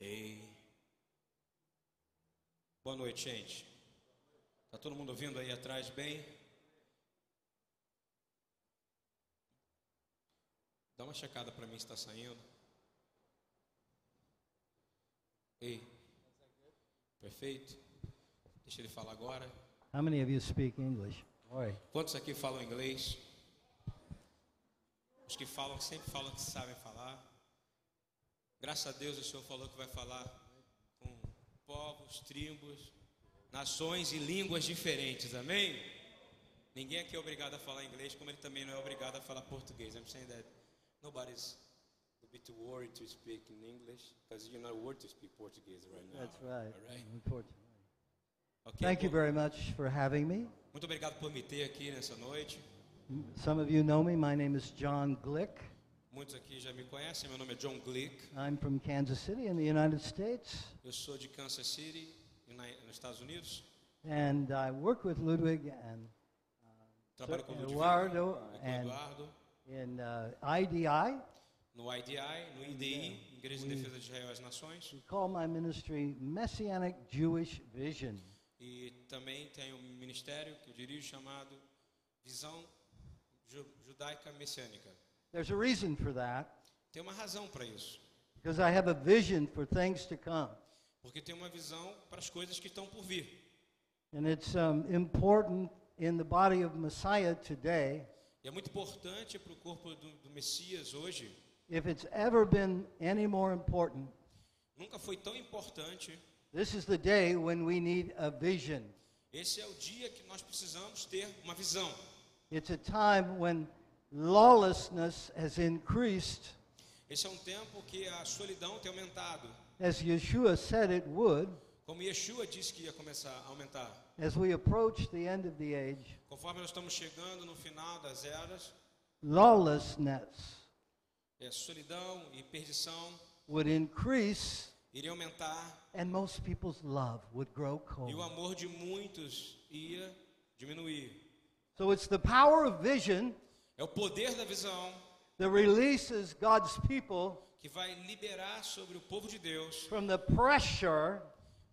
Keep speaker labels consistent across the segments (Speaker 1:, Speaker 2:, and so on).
Speaker 1: Ei. Boa noite, gente. Tá todo mundo ouvindo aí atrás bem? Dá uma checada para mim se está saindo. Ei. Perfeito. Deixa ele falar agora.
Speaker 2: How many of you speak English? Oi.
Speaker 1: Quantos aqui falam inglês? Os que falam, sempre falam que sabem falar. Graças a Deus o Senhor falou que vai falar com povos, tribos, nações e línguas diferentes, amém? Ninguém aqui é obrigado a falar inglês, como ele também não é obrigado a falar português. né? I'm saying that nobody's a bit worried to speak in English, because you're not worried to speak Portuguese right now.
Speaker 2: That's right.
Speaker 1: All right?
Speaker 2: Unfortunately.
Speaker 1: Okay,
Speaker 2: Thank you
Speaker 1: bom,
Speaker 2: very much for having me.
Speaker 1: Muito obrigado por me ter aqui nessa noite.
Speaker 2: Some of you know me. My name is John Glick.
Speaker 1: Muitos aqui já me conhecem, meu nome é John Glick.
Speaker 2: I'm from Kansas City in the United States,
Speaker 1: Eu sou de Kansas City, na- nos Estados Unidos.
Speaker 2: and I work with Ludwig and
Speaker 1: Trabalho com o Ludwig,
Speaker 2: Eduardo
Speaker 1: com o
Speaker 2: and-
Speaker 1: Eduardo,
Speaker 2: in uh, IDI.
Speaker 1: no IDI, no IDI, Igreja de Defesa de Israel e as Nações.
Speaker 2: We call my ministry Messianic Jewish Vision.
Speaker 1: E também tem um ministério que eu dirijo chamado Visão Ju- Judaica Messiânica.
Speaker 2: There's a reason for that,
Speaker 1: Tem uma razão para isso,
Speaker 2: because I have a vision for things to come.
Speaker 1: porque tem uma visão para as coisas que estão por vir.
Speaker 2: And it's um, important in the body of Messiah today
Speaker 1: E é muito importante para o corpo do, do Messias hoje.
Speaker 2: If it's ever been any more important,
Speaker 1: Nunca foi tão importante.
Speaker 2: this is the day when we need a vision.
Speaker 1: Esse é o dia que nós precisamos ter uma visão.
Speaker 2: It's a time when lawlessness has increased,
Speaker 1: Esse é um tempo que a solidão tem aumentado.
Speaker 2: as Yeshua said it would,
Speaker 1: Como Yeshua disse que ia começar a aumentar.
Speaker 2: as we approach the end of the age.
Speaker 1: Conforme nós estamos chegando no final das eras,
Speaker 2: Lawlessness
Speaker 1: é, solidão e perdição
Speaker 2: would increase,
Speaker 1: iriam aumentar
Speaker 2: and most people's love would
Speaker 1: e
Speaker 2: grow
Speaker 1: o
Speaker 2: cold.
Speaker 1: amor de muitos ia diminuir.
Speaker 2: So it's the power of vision
Speaker 1: É o poder da visão
Speaker 2: that releases God's people
Speaker 1: que vai liberar sobre o povo de Deus,
Speaker 2: from the pressure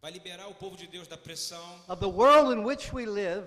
Speaker 1: vai liberar o povo de Deus da pressão
Speaker 2: of the world in which we live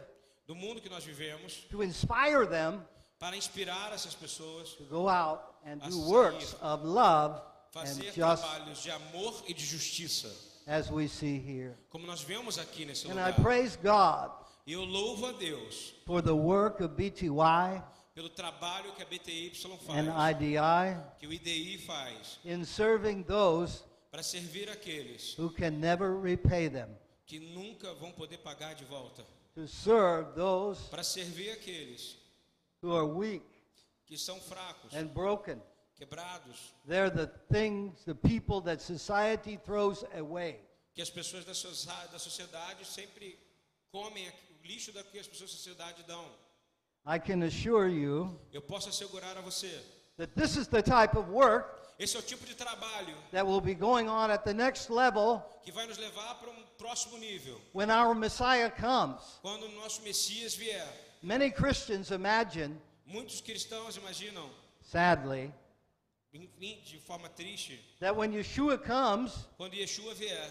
Speaker 1: do mundo que nós vivemos
Speaker 2: to inspire them
Speaker 1: para inspirar essas pessoas,
Speaker 2: to go out and do
Speaker 1: Assim
Speaker 2: works
Speaker 1: es.
Speaker 2: of love and
Speaker 1: fazer
Speaker 2: just
Speaker 1: trabalhos de amor e de justiça,
Speaker 2: as we see here.
Speaker 1: como nós vemos aqui nesse
Speaker 2: And I
Speaker 1: lugar.
Speaker 2: praise God
Speaker 1: E eu louvo a Deus
Speaker 2: for the work of BTY
Speaker 1: pelo trabalho que a BTY faz,
Speaker 2: and IDI
Speaker 1: que o IDI faz,
Speaker 2: in serving those
Speaker 1: para servir aqueles
Speaker 2: who can never repay them,
Speaker 1: que nunca vão poder pagar de volta,
Speaker 2: to serve those
Speaker 1: para servir aqueles
Speaker 2: who are weak
Speaker 1: que são fracos,
Speaker 2: and broken.
Speaker 1: quebrados,
Speaker 2: They're the things, the people that society throws away.
Speaker 1: que as pessoas da, socie- da sociedade sempre comem aqui- o lixo da que as pessoas da sociedade dão.
Speaker 2: I can assure you
Speaker 1: Eu posso assegurar a você,
Speaker 2: that this is the type of work
Speaker 1: esse é o tipo de trabalho
Speaker 2: that will be going on at the next level
Speaker 1: que vai nos levar para um próximo nível.
Speaker 2: when our Messiah comes.
Speaker 1: Quando o nosso Messias vier,
Speaker 2: Many Christians imagine,
Speaker 1: muitos cristãos imaginam,
Speaker 2: sadly,
Speaker 1: enfim, de forma triste,
Speaker 2: that when Yeshua comes,
Speaker 1: quando Yeshua vier,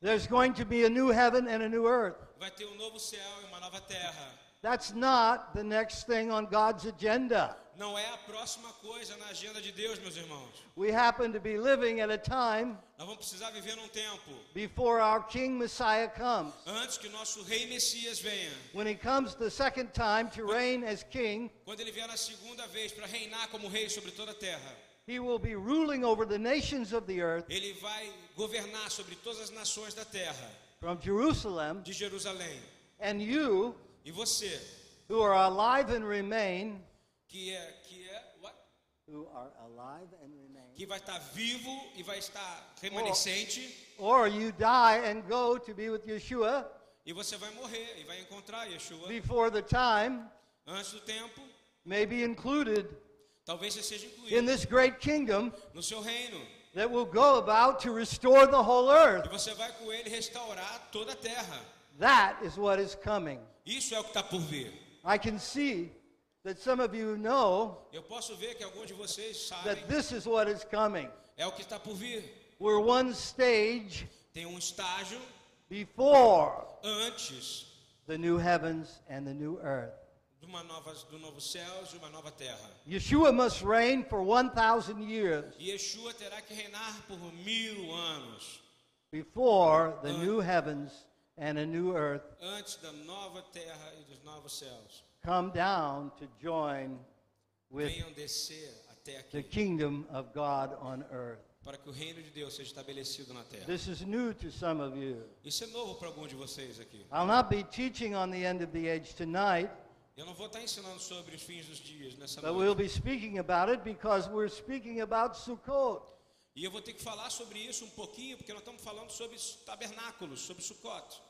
Speaker 2: there's going to be a new heaven and a new earth.
Speaker 1: vai ter um novo céu e uma nova terra.
Speaker 2: That's not the next thing on God's agenda.
Speaker 1: Não é a próxima coisa na agenda de Deus, meus irmãos.
Speaker 2: We happen to be living at a time
Speaker 1: Nós vamos precisar viver num tempo
Speaker 2: before our King Messiah comes.
Speaker 1: antes que o nosso rei Messias venha.
Speaker 2: When he comes the second time to reign as king,
Speaker 1: Quando ele vier na segunda vez para reinar como rei sobre toda a terra,
Speaker 2: he will be ruling over the nations of the earth
Speaker 1: ele vai governar sobre todas as nações da terra,
Speaker 2: from Jerusalem,
Speaker 1: de Jerusalém.
Speaker 2: and you,
Speaker 1: E você,
Speaker 2: who are alive and remain,
Speaker 1: que é que é what?
Speaker 2: who are alive and remain,
Speaker 1: que vai estar vivo e vai estar remanescente,
Speaker 2: Or you die and go to be with Yeshua
Speaker 1: e você vai morrer e vai encontrar Yeshua
Speaker 2: before the time
Speaker 1: antes do tempo.
Speaker 2: may be included
Speaker 1: Talvez você seja
Speaker 2: in
Speaker 1: incluído
Speaker 2: this great kingdom
Speaker 1: no seu reino.
Speaker 2: that will go about to restore the whole earth.
Speaker 1: E você vai com ele restaurar toda a terra.
Speaker 2: That is what is coming.
Speaker 1: Isso é o que está por vir.
Speaker 2: I can see that some of you know
Speaker 1: Eu posso ver que alguns de vocês sabem
Speaker 2: that this is what is coming.
Speaker 1: é o que está por vir.
Speaker 2: We're one stage
Speaker 1: tem um estágio
Speaker 2: before
Speaker 1: antes
Speaker 2: the new heavens and the new earth.
Speaker 1: de uma nova, do novo céu e de uma nova terra.
Speaker 2: Yeshua must reign for 1,000 years
Speaker 1: E Yeshua terá que reinar por mil anos
Speaker 2: before the new heavens and a new earth
Speaker 1: antes da nova terra e dos novos céus.
Speaker 2: come down to join with
Speaker 1: Venham descer até
Speaker 2: the
Speaker 1: aqui
Speaker 2: kingdom of God on earth.
Speaker 1: para que o reino de Deus seja estabelecido na terra.
Speaker 2: This is new to some of you.
Speaker 1: Isso é novo para algum de vocês aqui.
Speaker 2: I'll not be teaching on the end of the age tonight,
Speaker 1: Eu não vou estar ensinando sobre os fins dos dias nessa
Speaker 2: but we'll
Speaker 1: noite.
Speaker 2: be speaking about it because we're speaking about Sukkot.
Speaker 1: E eu vou ter que falar sobre isso um pouquinho, porque nós estamos falando sobre tabernáculos, sobre Sukkot.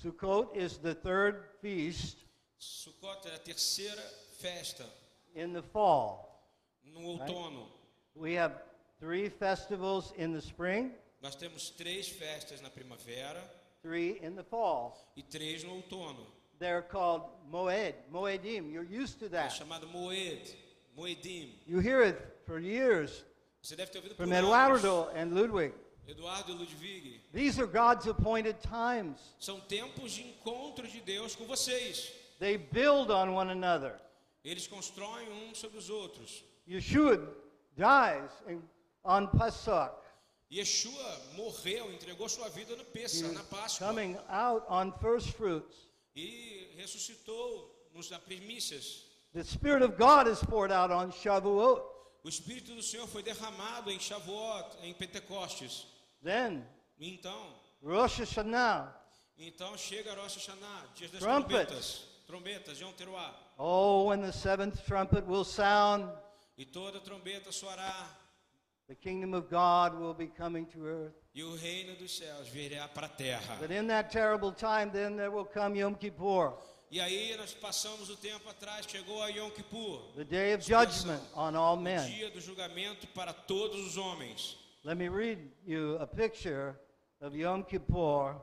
Speaker 2: Sukkot is the third feast
Speaker 1: Sukkot é a terceira festa
Speaker 2: in the fall.
Speaker 1: no outono.
Speaker 2: We have three festivals in the spring,
Speaker 1: Nós temos três festas na primavera
Speaker 2: three in the fall.
Speaker 1: e três no outono.
Speaker 2: They're called Moed, Moedim. You're used to
Speaker 1: É
Speaker 2: that.
Speaker 1: chamado Moed, Moedim.
Speaker 2: You hear it for years
Speaker 1: Você deve ter ouvido por
Speaker 2: from
Speaker 1: anos.
Speaker 2: Eduardo and Ludwig.
Speaker 1: Eduardo e Ludwig.
Speaker 2: These are God's appointed times.
Speaker 1: São tempos de encontro de Deus com vocês.
Speaker 2: They build on one another.
Speaker 1: Eles constroem um sobre os outros.
Speaker 2: Yeshua dies in, on Pesach.
Speaker 1: Yeshua morreu, entregou sua vida no Pêssego, na Páscoa.
Speaker 2: Coming out on first fruits.
Speaker 1: E ressuscitou nos nas primícias.
Speaker 2: The Spirit of God is poured out on Shavuot.
Speaker 1: O Espírito do Senhor foi derramado em Shavuot, em Pentecostes.
Speaker 2: Then
Speaker 1: E Então,
Speaker 2: Rosh Hashanah.
Speaker 1: então chega Rosh Hashanah, dias das
Speaker 2: Trumpets.
Speaker 1: trombetas. Trombetas, Yom Teruah.
Speaker 2: Oh, when the seventh trumpet will sound,
Speaker 1: E toda trombeta soará,
Speaker 2: the kingdom of God will be coming to earth.
Speaker 1: e o reino dos céus virá para a terra.
Speaker 2: But in that terrible time, then there will come Yom Kippur,
Speaker 1: E aí nós passamos o tempo atrás, chegou a Yom Kippur,
Speaker 2: the day of judgment on all men.
Speaker 1: o dia do julgamento para todos os homens.
Speaker 2: Let me read you a picture of Yom Kippur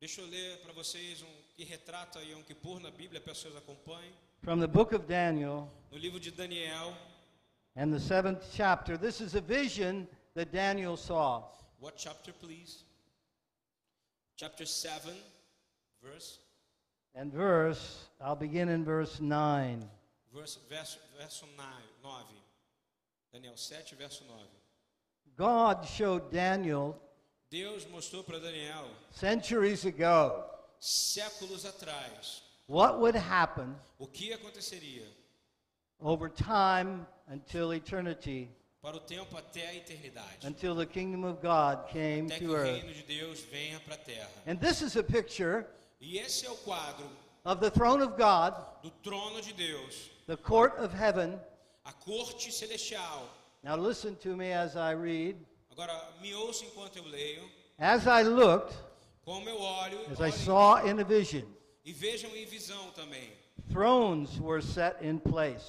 Speaker 1: Deixa eu ler para vocês um que retrata Yom Kippur na Bíblia, peço que vocês acompanhem.
Speaker 2: from the book of Daniel
Speaker 1: No livro de Daniel,
Speaker 2: and the seventh chapter. This is a vision that Daniel saw.
Speaker 1: what chapter please? Chapter 7, verse,
Speaker 2: And verse, I'll begin in verse 9.
Speaker 1: verse, verso, verso 9. Daniel 7, verso 9.
Speaker 2: God showed Daniel
Speaker 1: Deus mostrou para Daniel,
Speaker 2: centuries ago
Speaker 1: séculos atrás,
Speaker 2: what would happen
Speaker 1: O que aconteceria
Speaker 2: over time until eternity,
Speaker 1: para o tempo até a eternidade?
Speaker 2: until the kingdom of God came
Speaker 1: Até que
Speaker 2: to
Speaker 1: o
Speaker 2: earth.
Speaker 1: reino de Deus venha para a terra.
Speaker 2: And this is a picture
Speaker 1: E esse é o quadro
Speaker 2: of the throne of God,
Speaker 1: do trono de Deus,
Speaker 2: the court of heaven.
Speaker 1: a corte celestial.
Speaker 2: Now listen to me as I read.
Speaker 1: Agora, me ouça enquanto eu leio,
Speaker 2: As I looked,
Speaker 1: como eu olho,
Speaker 2: as I
Speaker 1: olhem,
Speaker 2: saw in a vision,
Speaker 1: e vejam em visão também.
Speaker 2: thrones were set in place,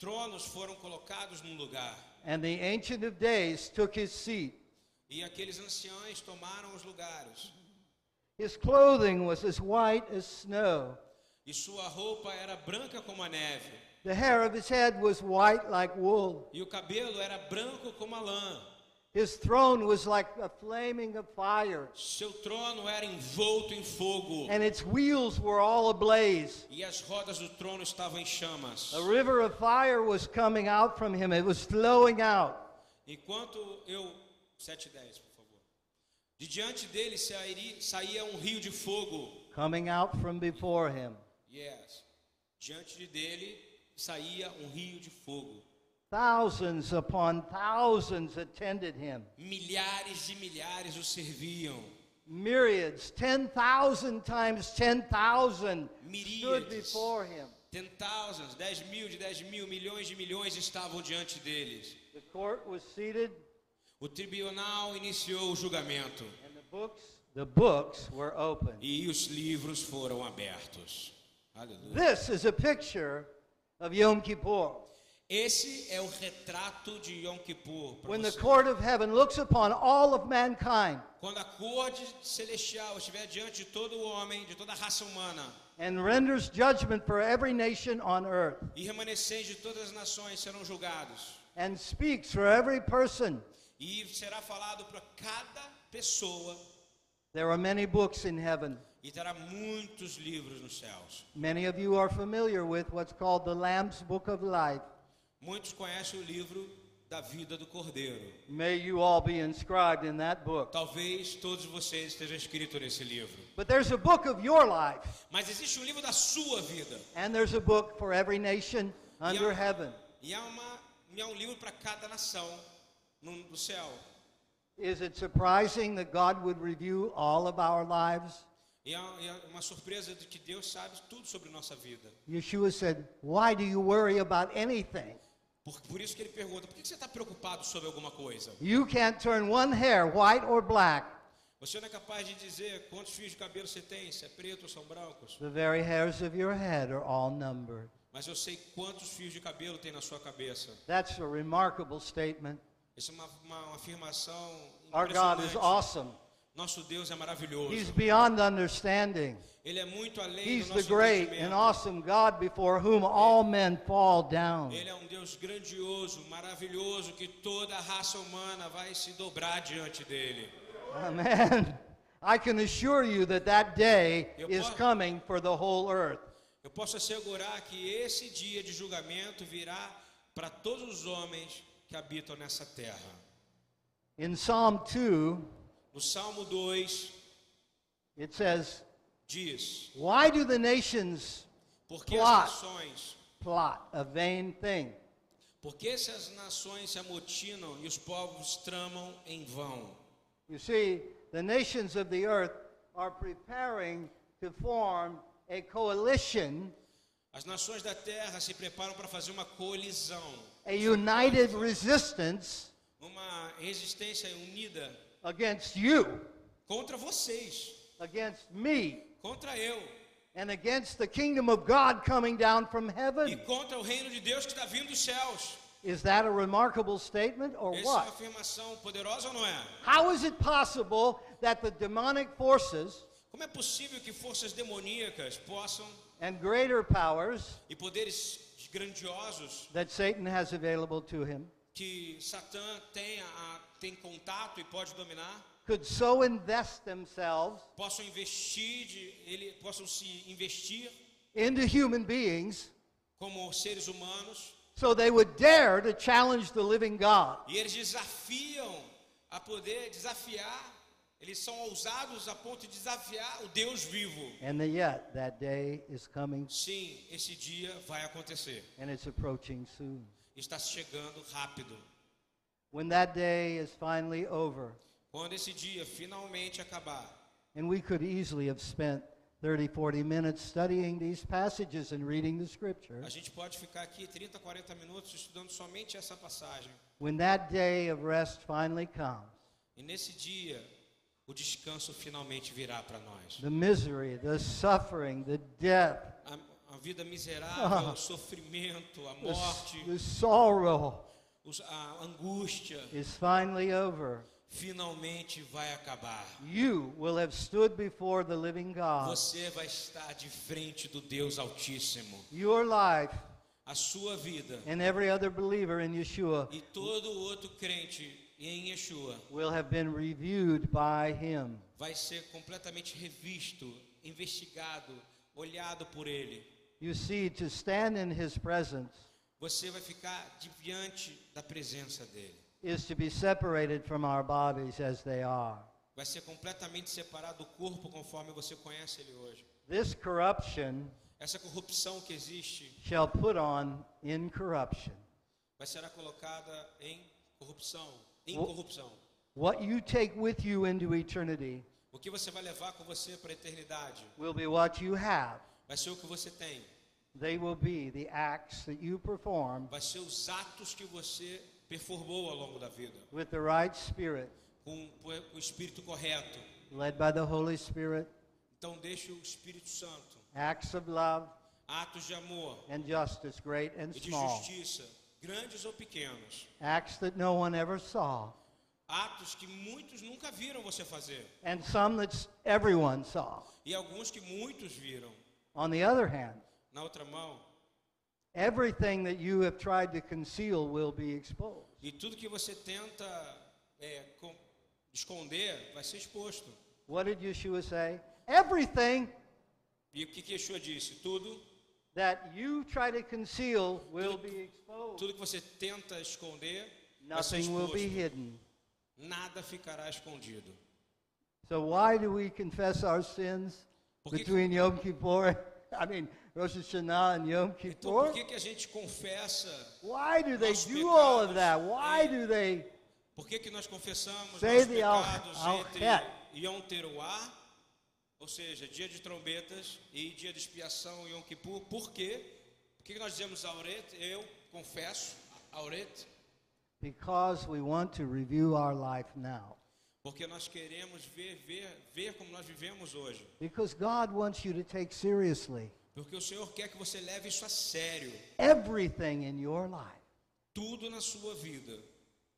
Speaker 1: Tronos foram colocados num lugar,
Speaker 2: and the Ancient of Days took his seat.
Speaker 1: e aqueles anciães tomaram os lugares,
Speaker 2: His clothing was as white as snow.
Speaker 1: e sua roupa era branca como a neve,
Speaker 2: The hair of his head was white like wool.
Speaker 1: e o cabelo era branco como a lã.
Speaker 2: His throne was like a flaming of fire,
Speaker 1: Seu trono era envolto em fogo.
Speaker 2: and its wheels were all ablaze.
Speaker 1: E as rodas do trono estavam em chamas.
Speaker 2: A river of fire was coming out from him, it was flowing out.
Speaker 1: Enquanto eu. 7 e 10, por favor. De diante dele sairi- saía um rio de fogo.
Speaker 2: Coming out from before him.
Speaker 1: Yes. Diante de dele saía um rio de fogo.
Speaker 2: Thousands upon thousands attended him,
Speaker 1: Milhares e milhares o serviam.
Speaker 2: myriads, 10,000 times 10,000 stood
Speaker 1: Miríades.
Speaker 2: before him.
Speaker 1: Ten thousands, dez mil de dez mil, milhões de milhões estavam diante deles.
Speaker 2: The court was seated,
Speaker 1: O tribunal iniciou o julgamento
Speaker 2: and the books, the books were opened.
Speaker 1: e os livros foram abertos. Aleluia.
Speaker 2: This is a picture of Yom Kippur.
Speaker 1: Esse é o retrato de Yom Kippur. pra
Speaker 2: When the
Speaker 1: você.
Speaker 2: court of heaven looks upon all of mankind
Speaker 1: Quando a corte celestial estiver diante de todo o homem, de toda a raça humana,
Speaker 2: and renders judgment for every nation on earth
Speaker 1: e remanescentes de todas as nações serão julgados,
Speaker 2: and speaks for every person
Speaker 1: E será falado para cada pessoa.
Speaker 2: There are many books in heaven.
Speaker 1: E terá muitos livros nos céus.
Speaker 2: Many of you are familiar with what's called the Lamb's Book of Life.
Speaker 1: Muitos conhecem o livro da vida do Cordeiro.
Speaker 2: May you all be inscribed in that book.
Speaker 1: Talvez todos vocês estejam escritos nesse livro.
Speaker 2: But there's a book of your life,
Speaker 1: Mas existe um livro da sua vida.
Speaker 2: and there's a book for every nation
Speaker 1: E há-
Speaker 2: under heaven.
Speaker 1: E há, uma, e há um livro para cada nação no, no céu.
Speaker 2: Is it surprising that God would review all of our lives?
Speaker 1: E há, e há uma surpresa de que Deus sabe tudo sobre nossa vida.
Speaker 2: Yeshua said, Why do you worry about anything?
Speaker 1: Por, por isso que ele pergunta: por que que você está preocupado sobre alguma coisa?
Speaker 2: You can't turn one hair white or black.
Speaker 1: Você não é capaz de dizer quantos fios de cabelo você tem, se é preto ou são brancos.
Speaker 2: The very hairs of your head are all numbered.
Speaker 1: Mas eu sei quantos fios de cabelo tem na sua cabeça.
Speaker 2: That's a remarkable statement.
Speaker 1: Isso é uma, uma, uma afirmação
Speaker 2: Our God is
Speaker 1: impressionante.
Speaker 2: awesome.
Speaker 1: Nosso Deus é
Speaker 2: He's
Speaker 1: maravilhoso.
Speaker 2: beyond understanding.
Speaker 1: Ele é muito além
Speaker 2: He's
Speaker 1: do
Speaker 2: the
Speaker 1: nosso
Speaker 2: great and
Speaker 1: entendimento.
Speaker 2: awesome God before whom all men fall down.
Speaker 1: Ele é um Deus grandioso, maravilhoso, que toda a raça humana vai se dobrar diante dele.
Speaker 2: Amen. I can assure you that that day
Speaker 1: Eu
Speaker 2: is
Speaker 1: posso-
Speaker 2: coming for the whole earth.
Speaker 1: Eu posso assegurar que esse dia de julgamento virá para todos os homens que habitam nessa terra.
Speaker 2: In Psalm 2,
Speaker 1: No Salmo 2
Speaker 2: it says,
Speaker 1: diz:
Speaker 2: Why do the nations
Speaker 1: Porque
Speaker 2: Plot.
Speaker 1: as nações,
Speaker 2: plot a vain thing?
Speaker 1: porque se as nações se amotinam e os povos tramam em vão.
Speaker 2: You see, the nations of the earth are preparing to form a coalition,
Speaker 1: As nações da terra se preparam para fazer uma colisão,
Speaker 2: a united resistance
Speaker 1: uma resistência unida
Speaker 2: against you,
Speaker 1: contra vocês,
Speaker 2: against me,
Speaker 1: contra eu.
Speaker 2: and against the kingdom of God coming down from
Speaker 1: e
Speaker 2: heaven.
Speaker 1: contra o reino de Deus que está vindo dos céus.
Speaker 2: Is that a remarkable statement or
Speaker 1: Essa é uma
Speaker 2: what?
Speaker 1: afirmação poderosa ou não é?
Speaker 2: How is it possible that the demonic forces
Speaker 1: Como é possível que forças demoníacas possam
Speaker 2: and greater powers
Speaker 1: e poderes grandiosos
Speaker 2: that Satan has available to him
Speaker 1: que Satã tem, a- tem contato e pode dominar
Speaker 2: could so invest themselves
Speaker 1: possam investir, de, ele, possam se investir
Speaker 2: into human beings
Speaker 1: como seres humanos
Speaker 2: so they would dare to challenge the living God?
Speaker 1: e eles desafiam a poder desafiar. Eles são ousados a ponto de desafiar o Deus vivo.
Speaker 2: And then yet, that day is coming
Speaker 1: Sim, esse dia vai acontecer.
Speaker 2: and it's approaching soon.
Speaker 1: Está chegando rápido.
Speaker 2: When that day is finally over,
Speaker 1: Quando esse dia finalmente acabar,
Speaker 2: and we could easily have spent 30, 40 minutes studying these passages and reading the scripture,
Speaker 1: a gente pode ficar aqui 30, 40 minutos estudando somente essa passagem.
Speaker 2: when that day of rest finally comes,
Speaker 1: E nesse dia, o descanso finalmente virá para nós.
Speaker 2: the misery, the suffering, the death,
Speaker 1: A, a vida miserável, o sofrimento, a
Speaker 2: the, s-
Speaker 1: morte,
Speaker 2: the sorrow
Speaker 1: os- a angústia,
Speaker 2: is finally over.
Speaker 1: finalmente vai acabar.
Speaker 2: You will have stood before the living God.
Speaker 1: Você vai estar de frente do Deus Altíssimo.
Speaker 2: Your life
Speaker 1: A sua vida
Speaker 2: and every other believer in Yeshua
Speaker 1: e todo outro crente em Yeshua
Speaker 2: will have been reviewed by Him.
Speaker 1: vai ser completamente revisto, investigado, olhado por ele.
Speaker 2: You see, to stand in His presence
Speaker 1: Você vai ficar diante da presença dele.
Speaker 2: is to be separated from our bodies as they are.
Speaker 1: Vai ser completamente separado do corpo conforme você conhece ele hoje.
Speaker 2: This corruption
Speaker 1: Essa corrupção que existe
Speaker 2: shall put on incorruption.
Speaker 1: vai ser colocada em corrupção, em
Speaker 2: O-
Speaker 1: corrupção.
Speaker 2: What you take with you into eternity
Speaker 1: O que você vai levar com você para a eternidade
Speaker 2: will be what you have.
Speaker 1: vai ser o que você tem,
Speaker 2: They will be the acts that you perform
Speaker 1: vai ser os atos que você performou ao longo da vida,
Speaker 2: with the right spirit,
Speaker 1: com, com o espírito correto.
Speaker 2: led by the Holy Spirit,
Speaker 1: Então deixe o Espírito Santo,
Speaker 2: acts of love
Speaker 1: atos de amor,
Speaker 2: and justice, great and
Speaker 1: e de
Speaker 2: small,
Speaker 1: justiça, grandes ou pequenos,
Speaker 2: acts that no one ever saw,
Speaker 1: atos que muitos nunca viram você fazer
Speaker 2: and some that s- everyone saw.
Speaker 1: e alguns que muitos viram.
Speaker 2: On the other hand,
Speaker 1: Na outra mão,
Speaker 2: everything that you have tried to conceal will be exposed.
Speaker 1: e tudo que você tenta é, com- esconder, vai ser exposto.
Speaker 2: What did Yeshua say? Everything
Speaker 1: E o que, que Yeshua disse? Tudo,
Speaker 2: that you try to conceal will be exposed.
Speaker 1: tudo que você tenta esconder, vai ser
Speaker 2: Nothing will
Speaker 1: exposto.
Speaker 2: be hidden.
Speaker 1: Nada ficará escondido.
Speaker 2: So why do we confess our sins
Speaker 1: Porque-
Speaker 2: between Yom Kippur? I mean, Rosh Hashanah and Yom
Speaker 1: Então, por
Speaker 2: Kippur?
Speaker 1: que, que a gente confessa?
Speaker 2: Why do they
Speaker 1: Nossos
Speaker 2: do all
Speaker 1: pecados
Speaker 2: of that?
Speaker 1: em-
Speaker 2: Why do they?
Speaker 1: Por que, que nós confessamos
Speaker 2: Say
Speaker 1: nossos
Speaker 2: the al-
Speaker 1: pecados
Speaker 2: al-
Speaker 1: entre
Speaker 2: het.
Speaker 1: Yom Teruah, ou seja, dia de trombetas, e dia de expiação, Yom Kippur? Por quê? Por que, que nós dizemos Auret? Eu confesso, Auret,
Speaker 2: Because we want to review our life now.
Speaker 1: porque nós queremos ver, ver, ver como nós vivemos hoje.
Speaker 2: Because God wants you to take seriously
Speaker 1: Porque o Senhor quer que você leve isso a sério,
Speaker 2: everything in your life.
Speaker 1: tudo na sua vida.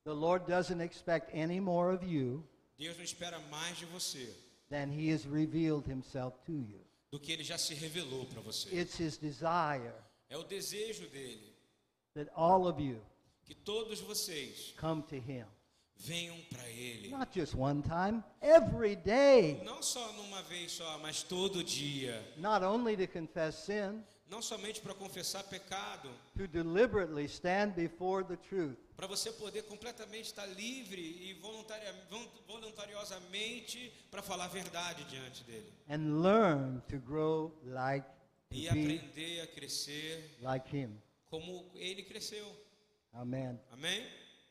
Speaker 2: The Lord doesn't expect any more of you
Speaker 1: Deus não espera mais de você
Speaker 2: than He has revealed Himself to you.
Speaker 1: do que Ele já se revelou para você.
Speaker 2: It's His desire
Speaker 1: É o desejo dele
Speaker 2: that all of you
Speaker 1: que todos vocês
Speaker 2: come to Him.
Speaker 1: venham para Ele.
Speaker 2: Not just one time, every day.
Speaker 1: Não só numa vez só, mas todo dia.
Speaker 2: Not only to confess sin,
Speaker 1: Não somente para confessar pecado,
Speaker 2: to deliberately stand before the truth.
Speaker 1: para você poder completamente estar livre e voluntaria, vol- voluntariosamente para falar a verdade diante dele.
Speaker 2: and learn to grow like to
Speaker 1: E
Speaker 2: be
Speaker 1: aprender a crescer
Speaker 2: like him.
Speaker 1: como ele cresceu.
Speaker 2: Amen.
Speaker 1: Amém?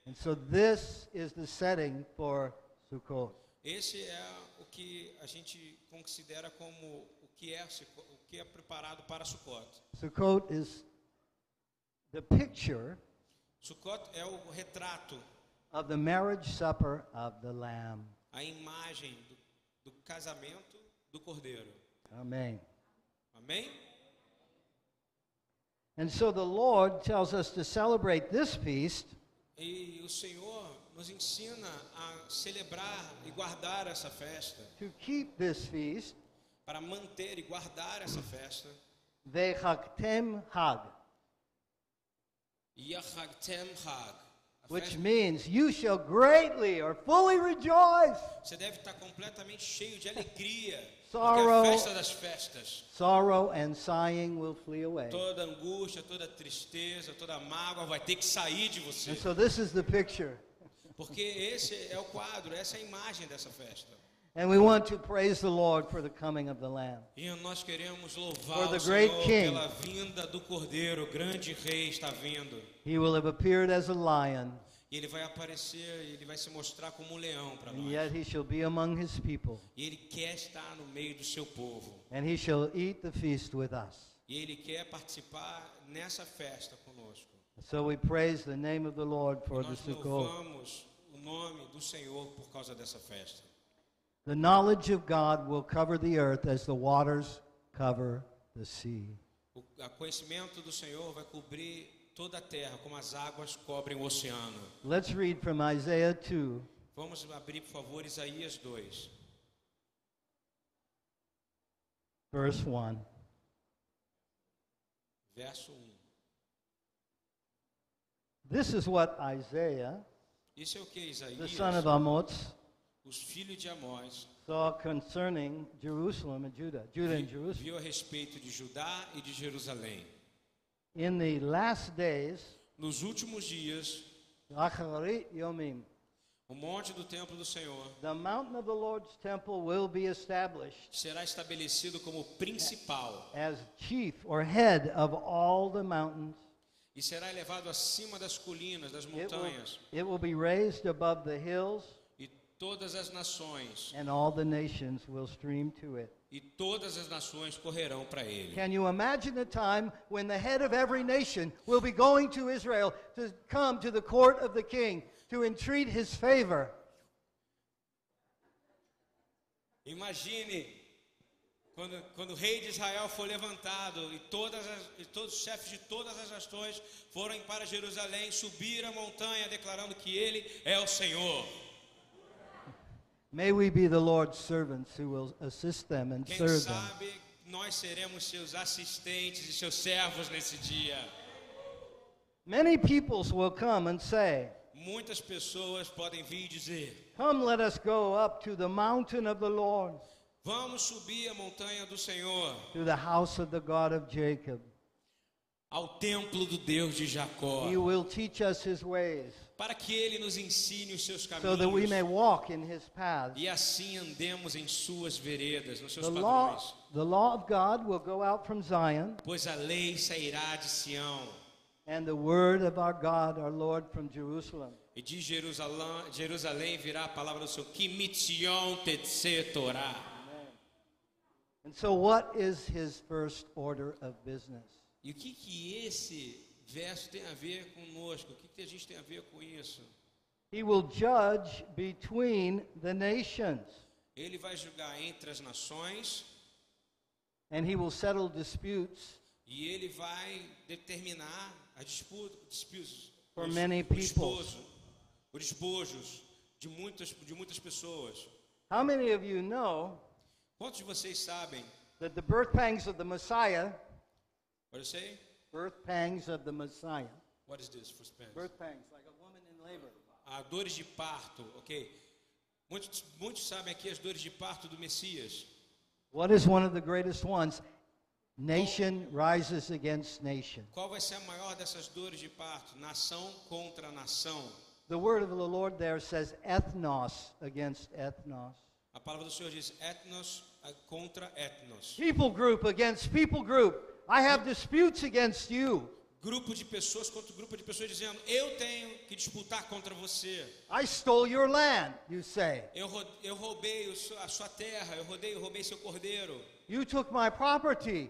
Speaker 2: And so this is the setting for Sukkot.
Speaker 1: Esse é o que a gente considera como o que é Suco- o que é preparado para Sukkot.
Speaker 2: Sukkot is the picture
Speaker 1: Sukkot é o retrato,
Speaker 2: of the marriage supper of the Lamb.
Speaker 1: a imagem do, do casamento do cordeiro.
Speaker 2: Amen.
Speaker 1: Amém?
Speaker 2: And so the Lord tells us to celebrate this feast
Speaker 1: E o Senhor nos ensina a celebrar e guardar essa festa,
Speaker 2: to keep this feast,
Speaker 1: para manter e guardar essa festa.
Speaker 2: Vechaktem Hag,
Speaker 1: Yachag Tem Hag. A
Speaker 2: which
Speaker 1: festa-
Speaker 2: means you shall greatly or fully rejoice.
Speaker 1: Você deve estar completamente cheio de alegria.
Speaker 2: Sorrow.
Speaker 1: Porque é a festa das festas.
Speaker 2: Sorrow and sighing will flee away.
Speaker 1: Toda angústia, toda tristeza, toda mágoa vai ter que sair de você.
Speaker 2: And so this is the picture.
Speaker 1: Porque esse é o quadro, essa é a imagem dessa festa.
Speaker 2: And we want to praise the Lord for the coming of the Lamb.
Speaker 1: E nós queremos
Speaker 2: For
Speaker 1: louvar
Speaker 2: the
Speaker 1: o
Speaker 2: great
Speaker 1: Senhor
Speaker 2: King.
Speaker 1: pela vinda do Cordeiro, o grande rei está vindo.
Speaker 2: He will have appeared as a lion,
Speaker 1: E ele vai aparecer, ele vai se mostrar como um leão para
Speaker 2: and
Speaker 1: nós.
Speaker 2: yet he shall be among his people,
Speaker 1: E ele quer estar no meio do seu povo.
Speaker 2: and he shall eat the feast with us.
Speaker 1: E ele quer participar nessa festa conosco.
Speaker 2: So we praise the name of the Lord for the
Speaker 1: Nós
Speaker 2: Sukkot.
Speaker 1: louvamos o nome do Senhor por causa dessa festa.
Speaker 2: The knowledge of God will cover the earth as the waters cover the sea.
Speaker 1: O a conhecimento do Senhor vai cobrir toda a terra, como as águas cobrem o oceano.
Speaker 2: Let's read from Isaiah 2,
Speaker 1: Vamos abrir, por favor, Isaías 2,
Speaker 2: verse 1.
Speaker 1: verso 1.
Speaker 2: This is what Isaiah,
Speaker 1: Isso é o que
Speaker 2: the
Speaker 1: Isaías,
Speaker 2: son of Amoz,
Speaker 1: os filhos de Amós,
Speaker 2: saw concerning Jerusalem and Judah, Judah and
Speaker 1: vi-
Speaker 2: Jerusalem.
Speaker 1: viu a respeito de Judá e de Jerusalém.
Speaker 2: In the last days,
Speaker 1: Nos últimos dias,
Speaker 2: Achari Yomim,
Speaker 1: o monte do templo do Senhor
Speaker 2: the mountain of the Lord's temple will be established
Speaker 1: será estabelecido como principal
Speaker 2: as chief or head of all the mountains.
Speaker 1: e será elevado acima das colinas, das
Speaker 2: It will,
Speaker 1: montanhas
Speaker 2: it will be raised above the hills,
Speaker 1: e todas as nações
Speaker 2: and all the nations will stream to it.
Speaker 1: e todas as nações correrão para ele.
Speaker 2: Can you imagine a time when the head of every nation will be going to Israel to come to the court of the king to entreat his favor?
Speaker 1: Imagine quando, quando o rei de Israel foi levantado e, todas as- e todos os chefes de todas as nações foram para Jerusalém subir a montanha declarando que ele é o Senhor.
Speaker 2: May we be the Lord's servants who will assist them and
Speaker 1: Quem
Speaker 2: serve them.
Speaker 1: sabe nós seremos seus assistentes e seus servos nesse dia.
Speaker 2: Many peoples will come and say,
Speaker 1: Muitas pessoas podem vir e dizer:
Speaker 2: Come, let us go up to the mountain of the Lord,
Speaker 1: Vamos subir a montanha do Senhor,
Speaker 2: to the house of the God of Jacob.
Speaker 1: ao templo do Deus de Jacó,
Speaker 2: He will teach us his ways,
Speaker 1: para que ele nos ensine os seus
Speaker 2: so that we may
Speaker 1: caminhos
Speaker 2: walk in his paths.
Speaker 1: e assim andemos em suas veredas, nos seus
Speaker 2: The law,
Speaker 1: padrões.
Speaker 2: the law of God will go out from Zion,
Speaker 1: Pois a lei sairá de Sião
Speaker 2: and the word of our God, our Lord, from Jerusalem.
Speaker 1: e de Jerusalém, Jerusalém virá a palavra do Senhor, que mitzion tetse Torá.
Speaker 2: And so, what is his first order of business?
Speaker 1: E o que que esse verso tem a ver conosco? O que que a gente tem a ver com isso?
Speaker 2: He will judge between the nations,
Speaker 1: Ele vai julgar entre as nações
Speaker 2: and he will settle disputes
Speaker 1: e ele vai determinar as disputas, disputas
Speaker 2: For
Speaker 1: os-
Speaker 2: many
Speaker 1: o
Speaker 2: people.
Speaker 1: despojo, os despojos de muitas, de muitas pessoas.
Speaker 2: How many of you know
Speaker 1: Quantos de vocês sabem?
Speaker 2: that the birth pangs of the Messiah,
Speaker 1: What you say?
Speaker 2: birth pangs of the Messiah,
Speaker 1: What is this for Spanish?
Speaker 2: birth pangs, like a woman in labor,
Speaker 1: Ah, dores de parto, ok? Muitos, muitos sabem aqui as dores de parto do Messias.
Speaker 2: what is one of the greatest ones? Nation rises against nation.
Speaker 1: Qual vai ser a maior dessas dores de parto? Nação contra nação.
Speaker 2: The word of the Lord there says ethnos against ethnos.
Speaker 1: A palavra do Senhor diz etnos ah, contra etnos.
Speaker 2: People group against people group. I have disputes against you.
Speaker 1: grupo de pessoas contra grupo de pessoas dizendo: Eu tenho que disputar contra você.
Speaker 2: I stole your land, you say.
Speaker 1: Eu, ro- eu roubei o seu- a sua terra, eu rodei, eu roubei seu cordeiro.
Speaker 2: You took my property.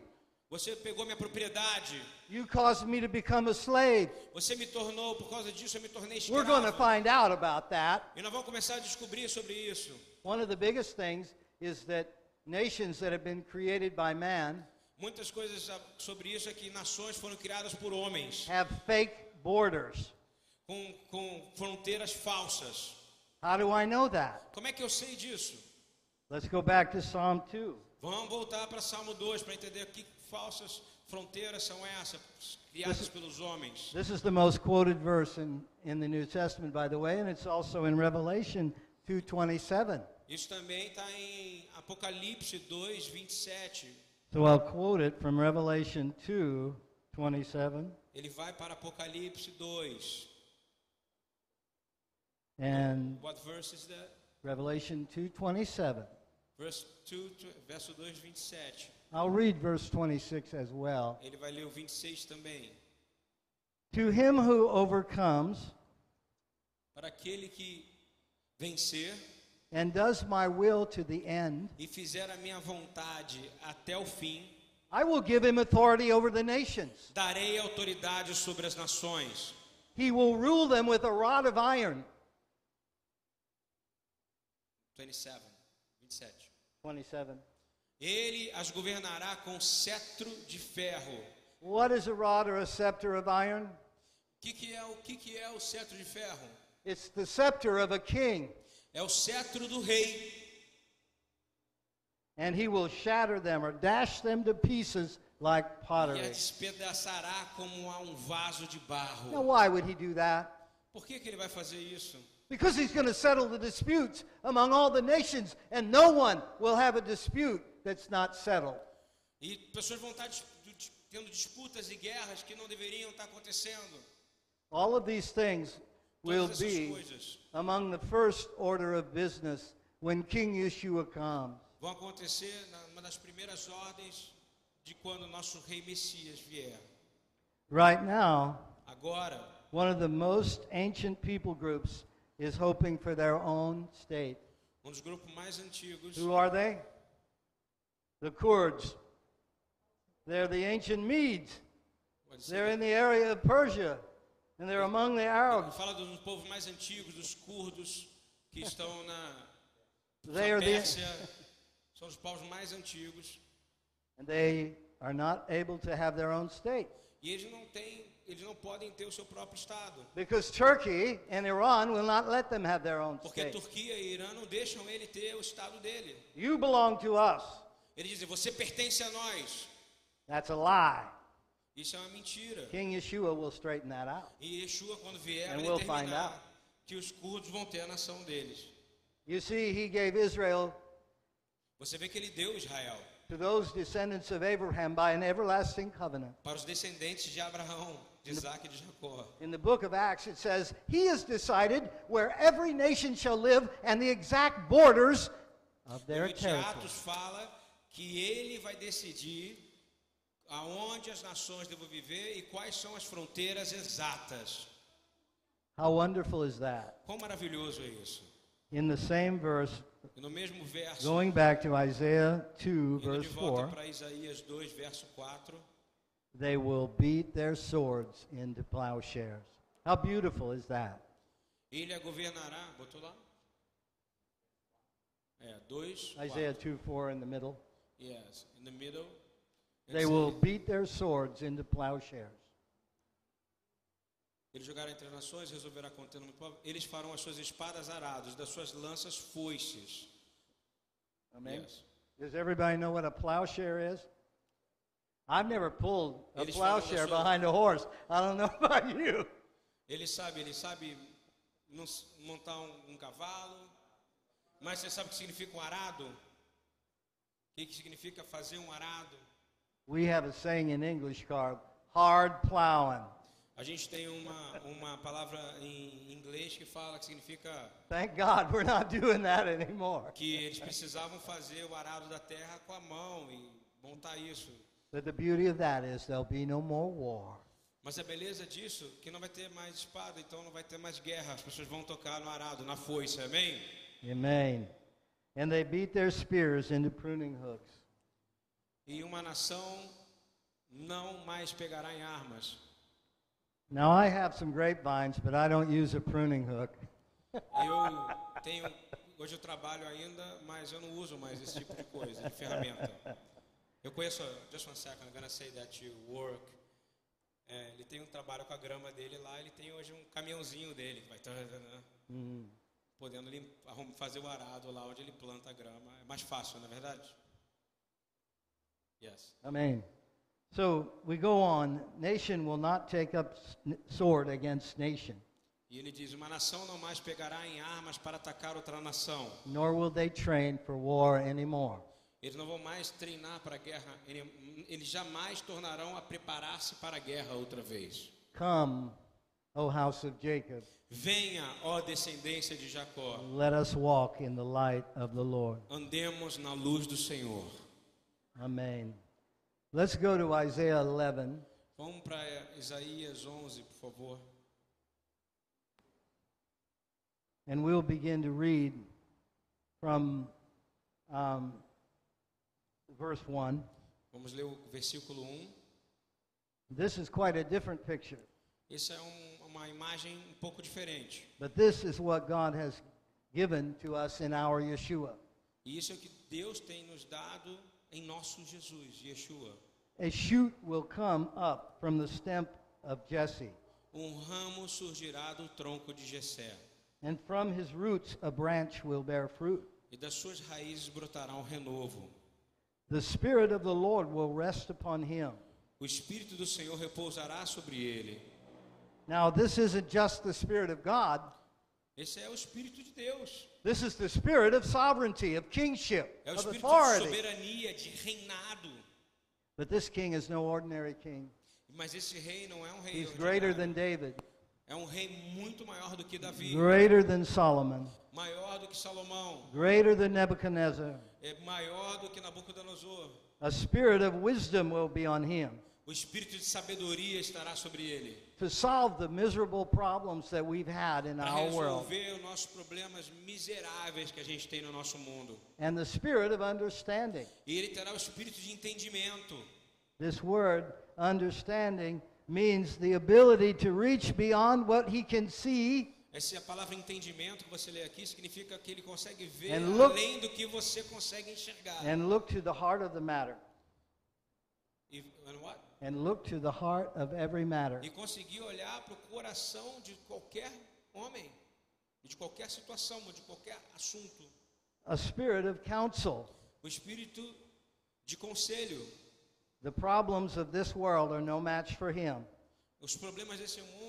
Speaker 1: Você pegou minha propriedade.
Speaker 2: You caused me to become a slave.
Speaker 1: Você me tornou, por causa disso, eu me tornei
Speaker 2: We're going to
Speaker 1: escravo.
Speaker 2: find out about that.
Speaker 1: E nós vamos começar a descobrir sobre isso.
Speaker 2: One of the biggest things is that nations that have been created by man
Speaker 1: Muitas coisas a- sobre isso é que nações foram criadas por homens,
Speaker 2: have fake borders.
Speaker 1: com, com fronteiras falsas.
Speaker 2: How do I know that?
Speaker 1: Como é que eu sei disso?
Speaker 2: Let's go back to Psalm 2.
Speaker 1: Vamos voltar para Salmo 2 para entender que falsas fronteiras são essas, criadas pelos homens.
Speaker 2: This is the most quoted verse in, in the New Testament, by the way, and it's also in Revelation 2.27.
Speaker 1: Isso também está em Apocalipse 2, 27.
Speaker 2: So I'll quote it from Revelation 2.27.
Speaker 1: Ele vai para Apocalipse 2.
Speaker 2: And
Speaker 1: What verse is that?
Speaker 2: Revelation 2.27.
Speaker 1: Verse 2, to- verso 2, 27.
Speaker 2: I'll read verse 26 as well.
Speaker 1: Ele vai ler o 26 também.
Speaker 2: To him who overcomes
Speaker 1: Para aquele que vencer
Speaker 2: and does my will to the end,
Speaker 1: e fizer a minha vontade até o fim,
Speaker 2: I will give him authority over the nations.
Speaker 1: darei autoridade sobre as nações.
Speaker 2: He will rule them with a rod of iron.
Speaker 1: 27. 27.
Speaker 2: 27.
Speaker 1: Ele as governará com cetro de ferro. O
Speaker 2: What is a rod or a scepter of iron?
Speaker 1: que, que, é, o que, que é o cetro de ferro?
Speaker 2: It's the scepter of a king,
Speaker 1: É o cetro do rei.
Speaker 2: and he will shatter them or dash them to pieces like
Speaker 1: e a
Speaker 2: pottery.
Speaker 1: despedaçará como a um vaso de
Speaker 2: Now,
Speaker 1: barro.
Speaker 2: why would he do that?
Speaker 1: Por que, que ele vai fazer isso?
Speaker 2: Because he's going to settle the disputes among all the nations, and no one will have a dispute that's not settled.
Speaker 1: E pessoas vão estar dis- dis- tendo disputas e guerras que não deveriam estar acontecendo.
Speaker 2: All of these things will
Speaker 1: Todas essas
Speaker 2: be
Speaker 1: coisas
Speaker 2: among the first order of business when King Yeshua comes.
Speaker 1: vão acontecer numa das primeiras ordens de quando o nosso rei Messias vier.
Speaker 2: Right now,
Speaker 1: Agora,
Speaker 2: one of the most ancient people groups is hoping for their own state.
Speaker 1: um dos grupos mais antigos,
Speaker 2: Who are they? The Kurds. They're the ancient Medes.
Speaker 1: pode ser-
Speaker 2: They're in the area of Persia, and they're among the Arabs.
Speaker 1: fala dos povos mais antigos, dos curdos que estão na, na
Speaker 2: They are the,
Speaker 1: Pérsia, são os povos mais antigos.
Speaker 2: and they are not able to have their own state
Speaker 1: E eles não têm, eles não podem ter o seu próprio estado,
Speaker 2: because Turkey and Iran will not let them have their own
Speaker 1: porque a
Speaker 2: state.
Speaker 1: Turquia e Irã não deixam ele ter o estado dele.
Speaker 2: You belong to us.
Speaker 1: Eles dizem: "Você pertence a nós".
Speaker 2: That's a lie.
Speaker 1: Isso é uma mentira.
Speaker 2: King Yeshua will straighten that out.
Speaker 1: E Yeshua quando vier,
Speaker 2: And
Speaker 1: vai
Speaker 2: we'll find out.
Speaker 1: determinar. que os curdos vão ter a nação deles.
Speaker 2: You see, he gave Israel
Speaker 1: Você vê que ele deu Israel
Speaker 2: to those descendants of Abraham by an everlasting covenant.
Speaker 1: para os descendentes de Abraão, de Isaac e de Jacó.
Speaker 2: In the book of Acts, it says, He has decided where every nation shall live and the exact borders of
Speaker 1: E
Speaker 2: their
Speaker 1: o de
Speaker 2: territory.
Speaker 1: Atos fala que ele vai decidir aonde as nações devem viver e quais são as fronteiras exatas.
Speaker 2: How wonderful is that?
Speaker 1: Quão maravilhoso é isso.
Speaker 2: In the same verse,
Speaker 1: E no mesmo verso,
Speaker 2: going back to Isaiah 2,
Speaker 1: indo
Speaker 2: verse
Speaker 1: de volta
Speaker 2: 4,
Speaker 1: para Isaías 2, verso 4,
Speaker 2: they will beat their swords into plowshares. How beautiful is that?
Speaker 1: ele a governará, botou lá? É, 2,
Speaker 2: Isaiah 2, 4 in the middle.
Speaker 1: Yes, in the middle.
Speaker 2: They
Speaker 1: It's-
Speaker 2: will beat their swords into plowshares.
Speaker 1: Ele jogará entre as nações, resolverá contendo muito povo. Eles farão as suas espadas arados, das suas lanças foices.
Speaker 2: Amen.
Speaker 1: Yes.
Speaker 2: Does everybody know what a plowshare is? I've never pulled a
Speaker 1: Eles falam da
Speaker 2: plowshare
Speaker 1: sua-
Speaker 2: behind a horse. I don't know about you.
Speaker 1: Ele sabe, ele sabe não s- montar um, um cavalo, mas você sabe o que significa um arado? O que, que significa fazer um arado?
Speaker 2: We have a saying in English called hard plowing.
Speaker 1: A gente tem uma, uma palavra em inglês que fala que significa
Speaker 2: Thank God we're not doing that anymore.
Speaker 1: que eles precisavam fazer o arado da terra com a mão e montar isso.
Speaker 2: But the beauty of that is there'll be no more war.
Speaker 1: Mas a beleza disso é que não vai ter mais espada, então não vai ter mais guerra. As pessoas vão tocar no arado, na foice, amém?
Speaker 2: Amen. And they beat their spears into pruning hooks.
Speaker 1: E uma nação não mais pegará em armas.
Speaker 2: Now I have some grapevines, but I don't use a pruning hook.
Speaker 1: Eu tenho. Hoje eu trabalho ainda, mas eu não uso mais esse tipo de coisa, de ferramenta. Eu conheço. Just one second, I'm gonna say that you work. É, ele tem um trabalho com a grama dele lá, ele tem hoje um caminhãozinho dele, que vai tá, tá, tá, podendo lim- arrum- fazer o arado lá onde ele planta a grama. É mais fácil, não é verdade? Yes.
Speaker 2: Amen. So we go on. Nation will not take up s- sword against nation,
Speaker 1: E ele diz: Uma nação não mais pegará em armas para atacar outra nação.
Speaker 2: nor will they train for war anymore.
Speaker 1: Eles não vão mais treinar para a guerra, ele- eles jamais tornarão a preparar-se para a guerra outra vez.
Speaker 2: Come, O house of Jacob,
Speaker 1: Venha, ó descendência de Jacó,
Speaker 2: let us walk in the light of the Lord.
Speaker 1: andemos na luz do Senhor.
Speaker 2: Amen. Let's go to Isaiah 11.
Speaker 1: Vamos para Isaías 11, por favor.
Speaker 2: And we'll begin to read from um, verse 1.
Speaker 1: Vamos ler o versículo 1.
Speaker 2: This is quite a different picture,
Speaker 1: Essa é um- uma imagem um pouco diferente.
Speaker 2: but this is what God has given to us in our Yeshua
Speaker 1: E isso é o que Deus tem nos dado em nosso Jesus, Yeshua.
Speaker 2: a shoot will come up from the stem of Jesse,
Speaker 1: Um ramo surgirá do tronco de Jessé,
Speaker 2: and from his roots a branch will bear fruit.
Speaker 1: e das suas raízes brotará um renovo.
Speaker 2: The Spirit of the Lord will rest upon him.
Speaker 1: O Espírito do Senhor repousará sobre ele.
Speaker 2: Now, this isn't just the Spirit of God,
Speaker 1: Esse é o Espírito de Deus.
Speaker 2: this is the Spirit of sovereignty, of kingship,
Speaker 1: É o
Speaker 2: of
Speaker 1: Espírito de
Speaker 2: authority.
Speaker 1: soberania, de reinado.
Speaker 2: But this king is no ordinary king.
Speaker 1: Mas esse rei não é um rei.
Speaker 2: He's
Speaker 1: ordinário.
Speaker 2: greater than David,
Speaker 1: É um rei muito maior do que Davi,
Speaker 2: greater than Solomon,
Speaker 1: maior do que Salomão,
Speaker 2: greater than Nebuchadnezzar.
Speaker 1: é maior do que Nabucodonosor.
Speaker 2: A spirit of wisdom will be on him
Speaker 1: O Espírito de sabedoria estará sobre ele
Speaker 2: to solve the miserable problems that we've had in
Speaker 1: para
Speaker 2: our world.
Speaker 1: resolver os nossos problemas miseráveis que a gente tem no nosso mundo.
Speaker 2: And the spirit of understanding.
Speaker 1: E ele terá o espírito de entendimento.
Speaker 2: This word, understanding, means the ability to reach beyond what he can see
Speaker 1: Essa é a palavra entendimento que você lê aqui significa que ele consegue ver
Speaker 2: And look-
Speaker 1: além do que você consegue enxergar.
Speaker 2: and look to the heart of the matter,
Speaker 1: E, and what?
Speaker 2: and look to the heart of every matter.
Speaker 1: E conseguir olhar para o coração de qualquer homem, de qualquer situação, de qualquer assunto.
Speaker 2: A spirit of counsel.
Speaker 1: O espírito de conselho.
Speaker 2: The problems of this world are no match for him.
Speaker 1: Os problemas desse mundo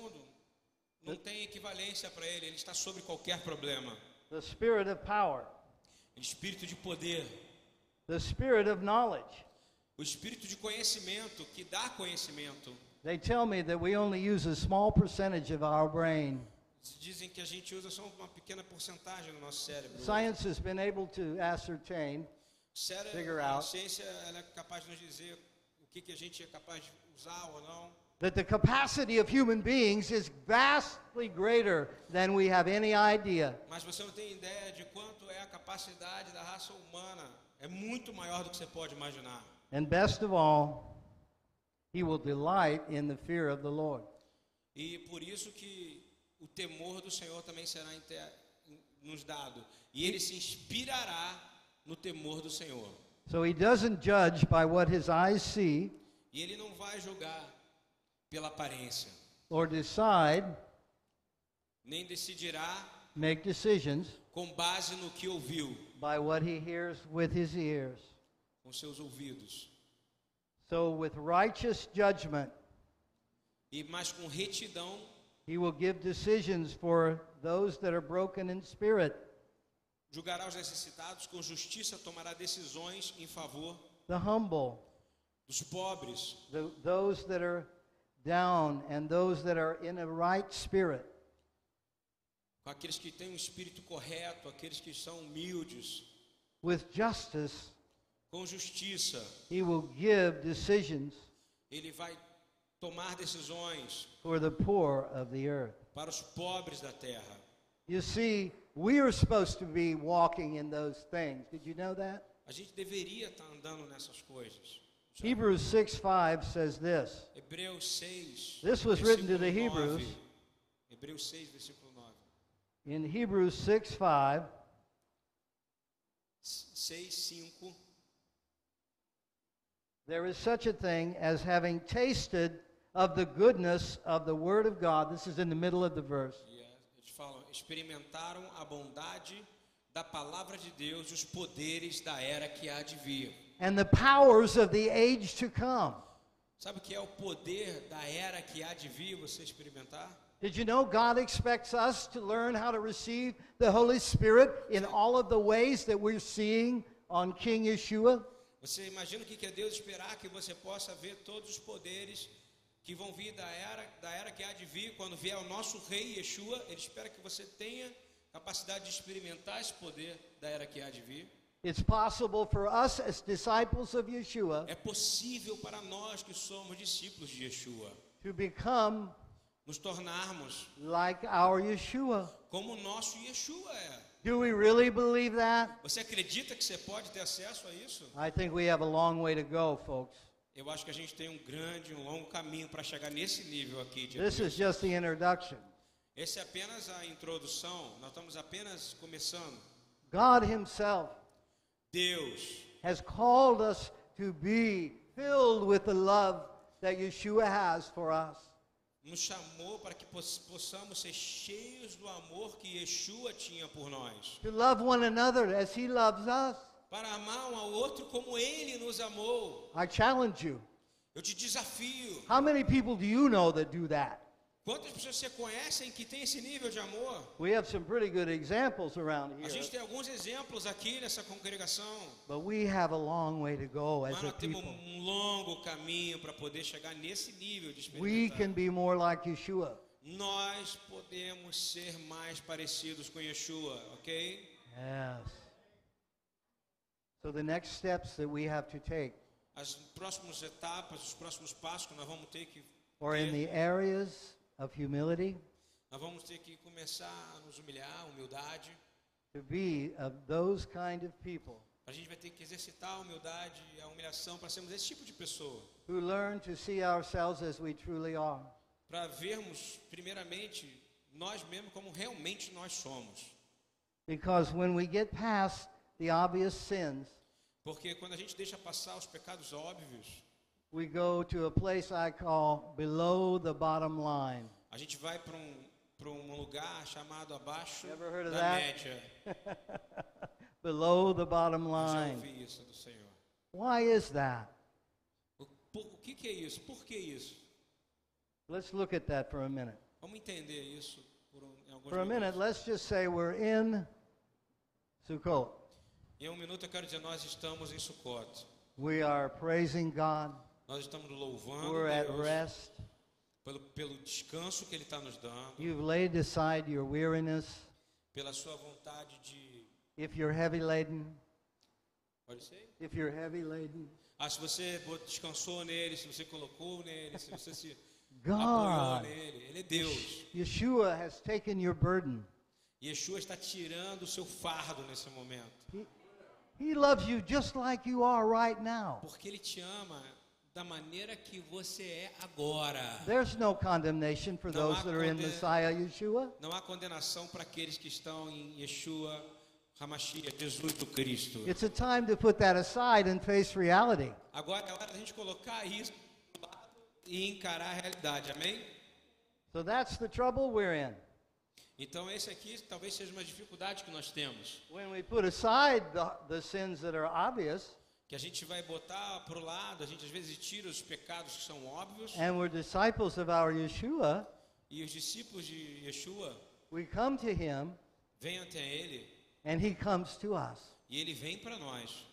Speaker 1: Não tem equivalência para ele, ele está sobre qualquer problema.
Speaker 2: the spirit of power,
Speaker 1: O espírito de poder,
Speaker 2: the spirit of knowledge.
Speaker 1: o espírito de conhecimento que dá conhecimento.
Speaker 2: They tell me that we only use a small percentage of our brain.
Speaker 1: Dizem que a gente usa só uma pequena porcentagem do nosso cérebro.
Speaker 2: Science has been able to ascertain
Speaker 1: Cérebro,
Speaker 2: Figure
Speaker 1: a
Speaker 2: out.
Speaker 1: ciência ela é capaz de nos dizer o que, que a gente é capaz de usar ou não.
Speaker 2: that the capacity of human beings is vastly greater than we have any idea.
Speaker 1: Mas você não tem ideia de quanto é a capacidade da raça humana. É muito maior do que você pode imaginar.
Speaker 2: And best of all, he will delight in the fear of the Lord.
Speaker 1: E por isso que o temor do Senhor também será inte- nos dado. E ele se inspirará no temor do Senhor.
Speaker 2: So he doesn't judge by what his eyes see
Speaker 1: E ele não vai julgar pela aparência,
Speaker 2: or decide,
Speaker 1: nem decidirá
Speaker 2: make decisions
Speaker 1: com base no que ouviu
Speaker 2: by what he hears with his ears.
Speaker 1: com seus ouvidos,
Speaker 2: So with righteous judgment,
Speaker 1: e mas com retidão
Speaker 2: he will give decisions for those that are broken in spirit.
Speaker 1: julgará os necessitados, com justiça tomará decisões em favor
Speaker 2: The humble,
Speaker 1: dos pobres,
Speaker 2: the, those that are down and those that are in a right spirit.
Speaker 1: com aqueles que têm um espírito correto, aqueles que são humildes,
Speaker 2: With justice,
Speaker 1: com justiça.
Speaker 2: he will give decisions
Speaker 1: Ele vai tomar decisões
Speaker 2: for the poor of the earth.
Speaker 1: para os pobres da terra.
Speaker 2: You see, we are supposed to be walking in those things. Did you know that?
Speaker 1: A gente deveria estar andando nessas coisas.
Speaker 2: Hebrews 6 5 says this
Speaker 1: Hebreus 6.
Speaker 2: This was written to the
Speaker 1: versículo nove.
Speaker 2: Hebrews.
Speaker 1: Hebreus 6, versículo 9.
Speaker 2: in Hebrews 6 5,
Speaker 1: 6, 5.
Speaker 2: there is such a thing as having tasted of the goodness of the Word of God. This is in the middle of the verse.
Speaker 1: E é, eles falam: experimentaram a bondade da palavra de Deus e os poderes da era que há de vir.
Speaker 2: And the powers of the age to come.
Speaker 1: Sabe o que é o poder da era que há de vir você experimentar?
Speaker 2: Did you know God expects us to learn how to receive the Holy Spirit in all of the ways that we're seeing on King Yeshua?
Speaker 1: Você imagina o que que é Deus esperar que você possa ver todos os poderes que vão vir da era, da era que há de vir, quando vier o nosso rei Yeshua, ele espera que você tenha capacidade de experimentar esse poder da era que há de vir.
Speaker 2: It's possible for us as disciples of Yeshua
Speaker 1: É possível para nós que somos discípulos de Yeshua
Speaker 2: to become
Speaker 1: nos tornarmos
Speaker 2: like our Yeshua.
Speaker 1: como o nosso Yeshua é.
Speaker 2: Do we really believe that?
Speaker 1: Você acredita que você pode ter acesso a isso?
Speaker 2: I think we have a long way to go, folks.
Speaker 1: Eu acho que a gente tem um grande, um longo caminho para chegar nesse nível aqui de
Speaker 2: This is just the introduction.
Speaker 1: Essa é apenas a introdução, nós estamos apenas começando.
Speaker 2: God Himself
Speaker 1: Deus
Speaker 2: has called us to be filled with the love that Yeshua has for us.
Speaker 1: nos chamou para que poss- possamos ser cheios do amor que Yeshua tinha por nós,
Speaker 2: to love one another as he loves us.
Speaker 1: para amar um ao outro como ele nos amou.
Speaker 2: I challenge you.
Speaker 1: Eu te desafio.
Speaker 2: How many people do you know that do that?
Speaker 1: Quantas pessoas você conhecem que tem esse nível de amor?
Speaker 2: We have some pretty good examples around
Speaker 1: A
Speaker 2: here,
Speaker 1: gente tem alguns exemplos aqui nessa congregação,
Speaker 2: but we have a long way to go as
Speaker 1: mas
Speaker 2: a
Speaker 1: nós temos
Speaker 2: people.
Speaker 1: um longo caminho para poder chegar nesse nível de
Speaker 2: We
Speaker 1: experimentar.
Speaker 2: can be more like Yeshua,
Speaker 1: Nós podemos ser mais parecidos com Yeshua, ok?
Speaker 2: yes. So the next steps that we have to take
Speaker 1: As próximas etapas, os próximos passos que nós vamos ter que
Speaker 2: are in the areas of humility,
Speaker 1: nós vamos ter que começar a nos humilhar, humildade.
Speaker 2: to be of those kind of people
Speaker 1: A gente vai ter que exercitar a humildade, a humilhação para sermos esse tipo de pessoa,
Speaker 2: who learn to see ourselves as we truly are.
Speaker 1: para vermos primeiramente nós mesmos como realmente nós somos.
Speaker 2: Because when we get past the obvious sins,
Speaker 1: Porque quando a gente deixa passar os pecados óbvios,
Speaker 2: we go to a place I call below the bottom line.
Speaker 1: a gente vai para um para um lugar chamado abaixo
Speaker 2: Ever
Speaker 1: da
Speaker 2: heard of that?
Speaker 1: média.
Speaker 2: Below the bottom
Speaker 1: Já
Speaker 2: line.
Speaker 1: ouvi isso do Senhor.
Speaker 2: Why is that?
Speaker 1: O, por- o que, que é isso? Por que isso?
Speaker 2: Let's look at that for a minute.
Speaker 1: Vamos entender isso por um, em alguns
Speaker 2: For a minute,
Speaker 1: minutos.
Speaker 2: let's just say we're in Sukkot.
Speaker 1: Em um minuto eu quero dizer, nós estamos em Sucote.
Speaker 2: We are praising God.
Speaker 1: Nós estamos louvando
Speaker 2: We're at
Speaker 1: Deus
Speaker 2: rest.
Speaker 1: pelo, pelo descanso que Ele está nos dando,
Speaker 2: You've laid aside your weariness.
Speaker 1: pela sua vontade de...
Speaker 2: If you're heavy laden,
Speaker 1: Pode ser?
Speaker 2: if you're heavy laden,
Speaker 1: Ah, se você bot- descansou nele, se você colocou nele, se você se apoiou
Speaker 2: God,
Speaker 1: nele. Ele é Deus.
Speaker 2: Yeshua has taken your burden.
Speaker 1: Yeshua está tirando o seu fardo nesse momento.
Speaker 2: He, he loves you just like you are right now.
Speaker 1: Porque Ele te ama da maneira que você é agora.
Speaker 2: There's no condemnation for
Speaker 1: Não
Speaker 2: those
Speaker 1: há
Speaker 2: that are in
Speaker 1: conde-
Speaker 2: Messiah Yeshua.
Speaker 1: Não há condenação para aqueles que estão em Yeshua, Hamashia, Jesus do Cristo.
Speaker 2: It's a time to put that aside and face reality.
Speaker 1: Agora é hora da gente colocar isso do lado e encarar a realidade, amém?
Speaker 2: So that's the trouble we're in.
Speaker 1: Então, esse aqui talvez seja uma dificuldade que nós temos.
Speaker 2: When we put aside the, the sins that are obvious
Speaker 1: Que a gente vai botar para o lado, a gente às vezes tira os pecados que são óbvios.
Speaker 2: and we're disciples of our Yeshua,
Speaker 1: E os discípulos de Yeshua
Speaker 2: we come to him
Speaker 1: vêm até ele
Speaker 2: and he comes to us
Speaker 1: e ele vem para nós.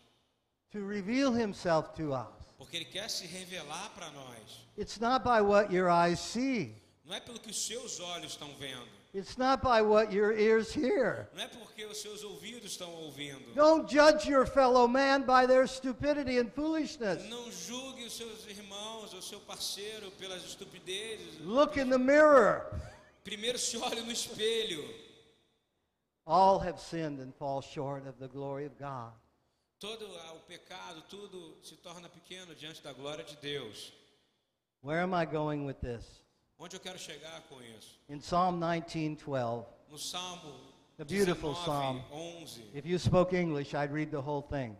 Speaker 2: to reveal himself to us.
Speaker 1: Porque ele quer se revelar para nós.
Speaker 2: It's not by what your eyes see.
Speaker 1: Não é pelo que os seus olhos estão vendo.
Speaker 2: It's not by what your ears hear.
Speaker 1: Não é porque os seus ouvidos estão ouvindo.
Speaker 2: Don't judge your fellow man by their stupidity and foolishness.
Speaker 1: Não julgue os seus irmãos ou seu parceiro pelas estupidezes.
Speaker 2: Look in the mirror.
Speaker 1: Primeiro se olhe no espelho.
Speaker 2: All have sinned and fall short of the glory of God.
Speaker 1: Todo ah, o pecado, tudo se torna pequeno diante da glória de Deus.
Speaker 2: Where am I going with this?
Speaker 1: Onde eu quero chegar com isso?
Speaker 2: In Psalm 19:12.
Speaker 1: No Salmo
Speaker 2: The beautiful
Speaker 1: 19,
Speaker 2: Psalm.
Speaker 1: 11.
Speaker 2: If you spoke English, I'd read the whole thing.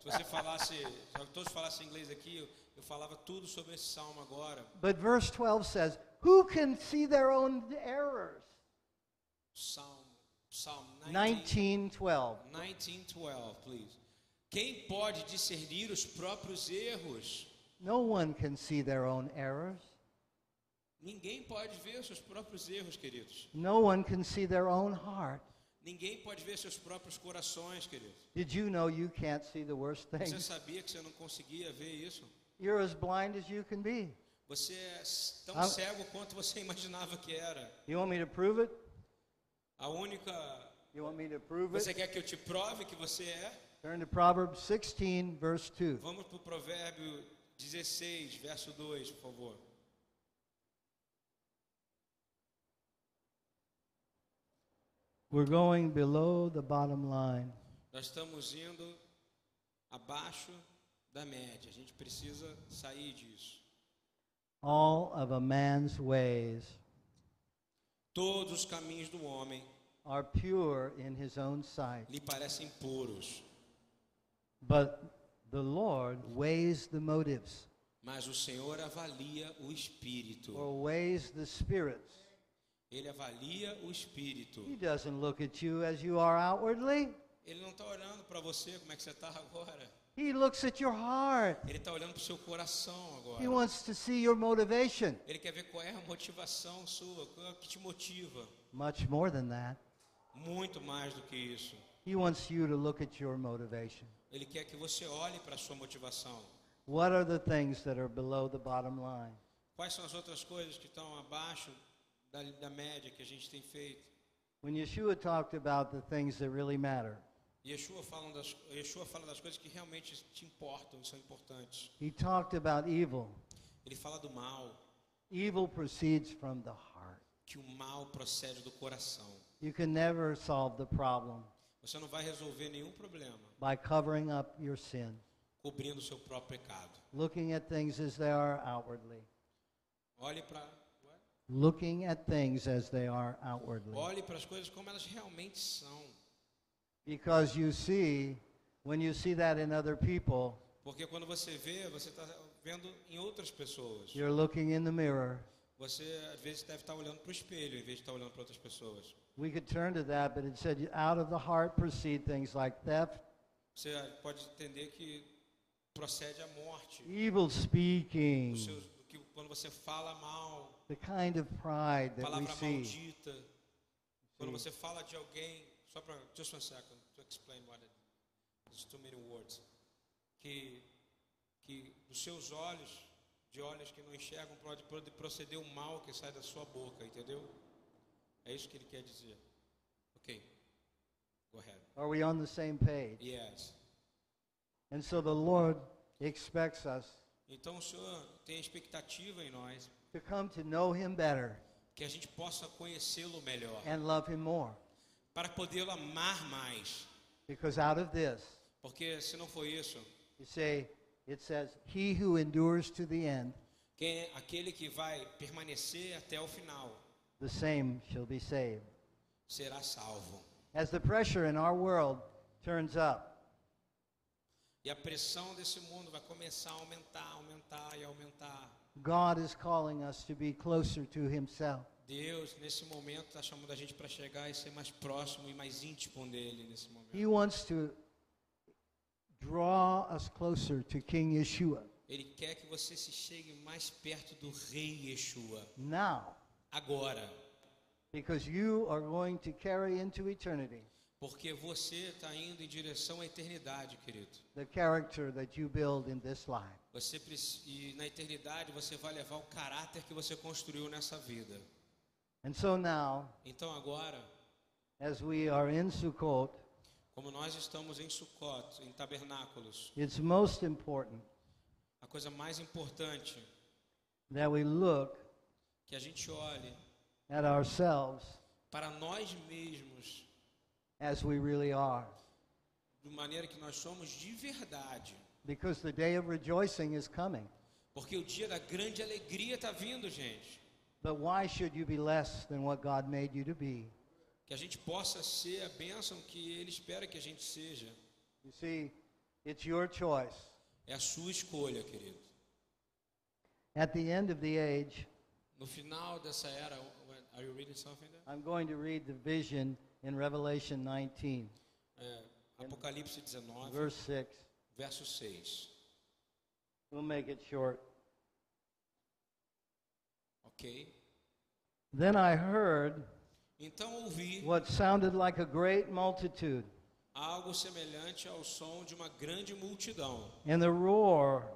Speaker 1: Se você falasse, se todos falassem inglês aqui, eu, eu falava tudo sobre esse salmo agora.
Speaker 2: But verse 12 says, "Who can see their own errors?"
Speaker 1: Salmo, Salmo 19,
Speaker 2: 19:12.
Speaker 1: 19:12, please. Quem pode discernir os próprios erros?
Speaker 2: No one can see their own errors.
Speaker 1: Ninguém pode ver os seus próprios erros, queridos.
Speaker 2: No one can see their own heart.
Speaker 1: Ninguém pode ver seus próprios corações, queridos.
Speaker 2: Did you know you can't see the worst
Speaker 1: Você
Speaker 2: things?
Speaker 1: sabia que você não conseguia ver isso?
Speaker 2: You're as blind as you can be.
Speaker 1: Você é s- tão
Speaker 2: Ah.
Speaker 1: cego quanto você imaginava que era.
Speaker 2: You want me to prove it?
Speaker 1: A única.
Speaker 2: You want me to prove
Speaker 1: Você
Speaker 2: it?
Speaker 1: quer que eu te prove que você é?
Speaker 2: Turn to Proverbs 16, verse 2.
Speaker 1: Vamos para o provérbio 16, verso 2, por favor.
Speaker 2: We're going below the bottom line.
Speaker 1: Nós estamos indo abaixo da média. A gente precisa sair disso.
Speaker 2: All of a man's ways
Speaker 1: Todos os caminhos do homem
Speaker 2: are pure in his own sight,
Speaker 1: lhe parecem puros,
Speaker 2: but the Lord weighs the motives
Speaker 1: mas o Senhor avalia o espírito.
Speaker 2: or weighs the spirits.
Speaker 1: Ele avalia o
Speaker 2: He
Speaker 1: espírito.
Speaker 2: doesn't look at you as you are outwardly,
Speaker 1: Ele não está olhando para você como é que você está agora.
Speaker 2: He looks at your heart.
Speaker 1: Ele está olhando para o seu coração
Speaker 2: He
Speaker 1: agora.
Speaker 2: wants to see your motivation.
Speaker 1: Ele quer ver qual é a motivação sua, qual é o que te motiva.
Speaker 2: Much more than that,
Speaker 1: Muito mais do que isso.
Speaker 2: He wants you to look at your motivation.
Speaker 1: Ele quer que você olhe para a sua motivação.
Speaker 2: What are the things that are below the bottom line?
Speaker 1: Quais são as outras coisas que estão abaixo da, da média que a gente tem feito?
Speaker 2: When Yeshua talked about the things that really matter,
Speaker 1: Yeshua fala das, Yeshua fala das coisas que realmente te importam, são importantes.
Speaker 2: he talked about evil.
Speaker 1: Ele fala do mal,
Speaker 2: Evil proceeds from the heart.
Speaker 1: que o mal procede do coração.
Speaker 2: You can never solve the problem
Speaker 1: Você não vai resolver nenhum problema
Speaker 2: by covering up your sin,
Speaker 1: cobrindo o seu próprio pecado.
Speaker 2: looking at things as they are outwardly.
Speaker 1: Olhe para
Speaker 2: Looking at things as they are outwardly.
Speaker 1: olhe para as coisas como elas realmente são,
Speaker 2: Because you see, when you see that in other people,
Speaker 1: porque quando você vê, você está vendo em outras pessoas.
Speaker 2: you're looking in the mirror.
Speaker 1: Você às vezes deve estar olhando para o espelho em vez de estar olhando para outras pessoas.
Speaker 2: We could turn to that, but it said, out of the heart proceed things like theft,
Speaker 1: Você pode entender que procede a morte
Speaker 2: evil
Speaker 1: do,
Speaker 2: speaking,
Speaker 1: seu, do que quando você fala mal,
Speaker 2: the kind of pride that we
Speaker 1: palavra
Speaker 2: see.
Speaker 1: maldita. Quando você fala de alguém, só para just one second to explain what it it's too many words. Que que dos seus olhos, de olhos que não enxergam, pode pode proceder o mal que sai da sua boca, entendeu? É isso que ele quer dizer. OK. Go ahead.
Speaker 2: Are we on the same page?
Speaker 1: Yes.
Speaker 2: And so the Lord expects us
Speaker 1: Então o Senhor tem a expectativa em nós
Speaker 2: to come to know Him better
Speaker 1: que a gente possa conhecê-lo melhor,
Speaker 2: and love Him more.
Speaker 1: para podê-lo amar mais.
Speaker 2: Because out of this,
Speaker 1: Porque se não for isso,
Speaker 2: you say, it says, He who endures to the end,
Speaker 1: quem é aquele que vai permanecer até o final
Speaker 2: the same shall be saved.
Speaker 1: será salvo.
Speaker 2: As the pressure in our world turns up,
Speaker 1: E a pressão desse mundo vai começar a aumentar, aumentar e aumentar.
Speaker 2: God is calling us to be closer to Himself.
Speaker 1: Deus, nesse momento, está chamando a gente para chegar e ser mais próximo e mais íntimo dele nesse momento.
Speaker 2: He wants to draw us closer to King Yeshua
Speaker 1: Ele quer que você se chegue mais perto do Rei Yeshua.
Speaker 2: now,
Speaker 1: Agora.
Speaker 2: because you are going to carry into eternity
Speaker 1: Porque você está indo em direção à eternidade, querido.
Speaker 2: the character that you build in this life.
Speaker 1: Você preci- e na eternidade você vai levar o caráter que você construiu nessa vida.
Speaker 2: And so now,
Speaker 1: Então agora,
Speaker 2: as we are in Sukkot,
Speaker 1: como nós estamos em Sukkot, em tabernáculos,
Speaker 2: it's most important
Speaker 1: a coisa mais importante
Speaker 2: that we look
Speaker 1: que a gente olhe
Speaker 2: at ourselves
Speaker 1: para nós mesmos
Speaker 2: as we really are.
Speaker 1: de maneira que nós somos de verdade.
Speaker 2: Because the day of rejoicing is coming.
Speaker 1: Porque o dia da grande alegria está vindo, gente.
Speaker 2: But why should you be less than what God made you to be?
Speaker 1: Que a gente possa ser a bênção que Ele espera que a gente seja.
Speaker 2: You see, it's your choice.
Speaker 1: É a sua escolha, querido.
Speaker 2: At the end of the age,
Speaker 1: No final dessa era, when- are you reading something there?
Speaker 2: I'm going to read the vision in Revelation 19,
Speaker 1: É, Apocalipse 19,
Speaker 2: verse 6.
Speaker 1: verso 6.
Speaker 2: We'll make it short.
Speaker 1: Ok?
Speaker 2: Then I heard
Speaker 1: Então ouvi
Speaker 2: what sounded like a great multitude
Speaker 1: algo semelhante ao som de uma grande multidão,
Speaker 2: and the roar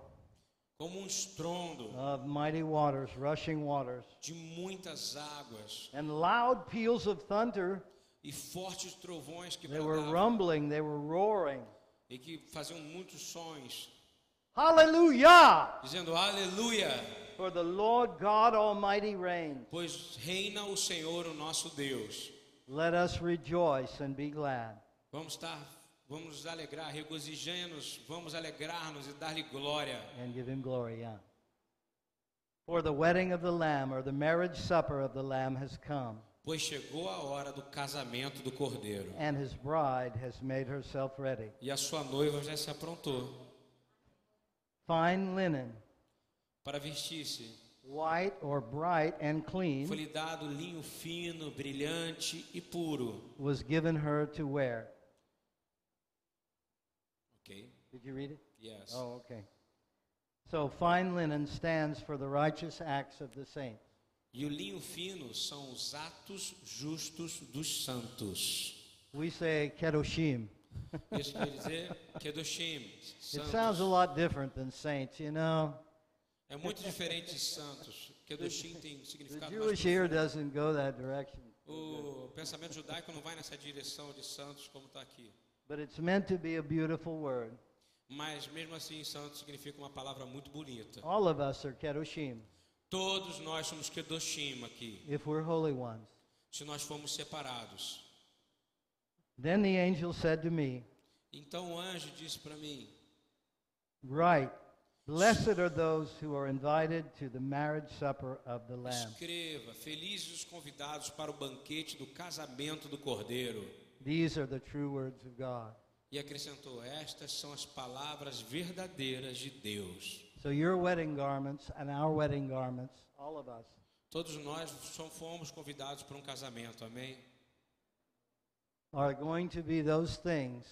Speaker 1: como um estrondo
Speaker 2: of mighty waters, rushing waters,
Speaker 1: de muitas águas
Speaker 2: and loud peals of thunder.
Speaker 1: e fortes trovões que
Speaker 2: They were
Speaker 1: bradavam
Speaker 2: rumbling, they were roaring.
Speaker 1: e que faziam muitos sons,
Speaker 2: Hallelujah!
Speaker 1: dizendo aleluia,
Speaker 2: For the Lord God Almighty reigns.
Speaker 1: pois reina o Senhor, o nosso Deus.
Speaker 2: Let us rejoice and be glad.
Speaker 1: Vamos estar, vamos nos alegrar, regozijemos, vamos alegrar-nos e dar-lhe glória.
Speaker 2: and give him glory, yeah. For the wedding of the Lamb or the marriage supper of the Lamb has come,
Speaker 1: Pois chegou a hora do casamento do Cordeiro.
Speaker 2: and his bride has made herself ready.
Speaker 1: E a sua noiva já se aprontou
Speaker 2: Fine linen,
Speaker 1: para vestir-se.
Speaker 2: white or bright and clean,
Speaker 1: Foi-lhe dado linho fino, brilhante e puro.
Speaker 2: was given her to wear.
Speaker 1: Ok?
Speaker 2: Did you read it?
Speaker 1: Yes.
Speaker 2: Oh, okay. So fine linen stands for the righteous acts of the saints.
Speaker 1: E o linho fino são os atos justos dos santos.
Speaker 2: We say kedoshim.
Speaker 1: Isso quer dizer Kedoshim,
Speaker 2: It sounds a
Speaker 1: santos.
Speaker 2: lot different than saints, you know.
Speaker 1: É muito diferente de santos. Kedoshim tem um
Speaker 2: The
Speaker 1: significado mais...
Speaker 2: Jewish ear doesn't go that direction,
Speaker 1: O pensamento judaico não vai nessa direção de santos como está aqui.
Speaker 2: but it's meant to be a beautiful word.
Speaker 1: Mas mesmo assim, santos significa uma palavra muito bonita.
Speaker 2: All of us are kedoshim
Speaker 1: Todos nós somos Kedoshim aqui,
Speaker 2: if we're holy ones.
Speaker 1: se nós formos separados.
Speaker 2: Then the angel said to me,
Speaker 1: Então o anjo disse para mim:
Speaker 2: Write, blessed are those who are invited to the marriage supper of the Lamb.
Speaker 1: Escreva, felizes os convidados para o banquete do casamento do cordeiro.
Speaker 2: These are the true words of God.
Speaker 1: E acrescentou: Estas são as palavras verdadeiras de Deus.
Speaker 2: So your wedding garments and our wedding garments, all of us,
Speaker 1: Todos nós só fomos convidados para um casamento, amém?
Speaker 2: are going to be those things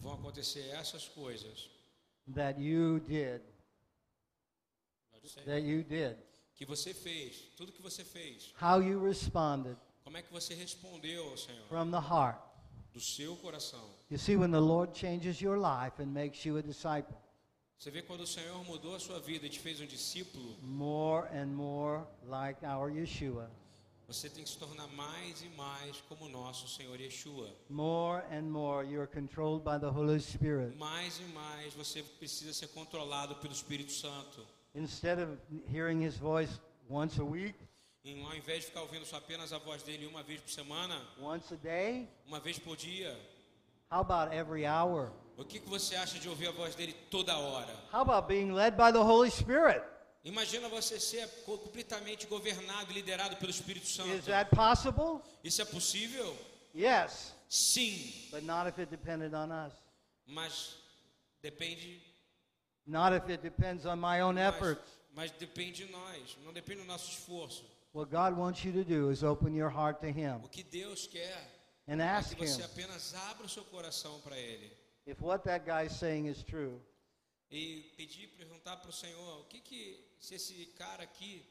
Speaker 1: Vão acontecer essas coisas.
Speaker 2: that you did that you did,
Speaker 1: que você fez, tudo que você fez,
Speaker 2: how you responded
Speaker 1: como é que você respondeu ao Senhor
Speaker 2: from the heart.
Speaker 1: do seu coração.
Speaker 2: You see, when the Lord changes your life and makes you a disciple,
Speaker 1: Você vê quando o Senhor mudou a sua vida e te fez um discípulo,
Speaker 2: more and more like our Yeshua,
Speaker 1: você tem que se tornar mais e mais como o nosso Senhor Yeshua.
Speaker 2: more and more you're controlled by the Holy Spirit.
Speaker 1: Mais e mais você precisa ser controlado pelo Espírito Santo.
Speaker 2: Instead of hearing his voice once a week,
Speaker 1: E ao invés de ficar ouvindo só apenas a voz dele uma vez por semana,
Speaker 2: once a day,
Speaker 1: uma vez por dia,
Speaker 2: how about every hour?
Speaker 1: o que, que você acha de ouvir a voz dele toda hora?
Speaker 2: How about being led by the Holy Spirit?
Speaker 1: Imagina você ser co- completamente governado e liderado pelo Espírito
Speaker 2: Is
Speaker 1: Santo.
Speaker 2: that possible?
Speaker 1: Isso é possível?
Speaker 2: Yes,
Speaker 1: Sim,
Speaker 2: but not if it depended on us.
Speaker 1: mas depende
Speaker 2: Not if it depends on my own
Speaker 1: mas,
Speaker 2: efforts.
Speaker 1: mas depende de nós, não depende do nosso esforço.
Speaker 2: What God wants you to do is open your heart to Him
Speaker 1: O que Deus quer é
Speaker 2: and
Speaker 1: que
Speaker 2: ask Him
Speaker 1: você apenas abra o seu coração para Ele
Speaker 2: if what that guy's saying is true.
Speaker 1: e pedir, perguntar para o Senhor o que que se esse cara aqui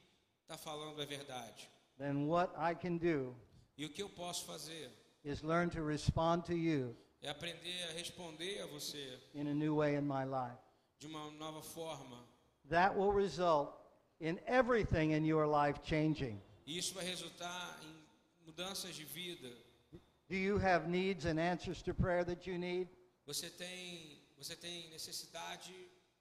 Speaker 1: está falando é verdade
Speaker 2: Then what I can do
Speaker 1: e o que eu posso fazer
Speaker 2: is learn to respond to you
Speaker 1: é aprender a responder a você
Speaker 2: in a new way in my life.
Speaker 1: de uma nova forma.
Speaker 2: That will result in everything in your life changing.
Speaker 1: E isso vai resultar em mudanças de vida.
Speaker 2: Do you have needs and answers to prayer that you need?
Speaker 1: Você tem, você tem necessidade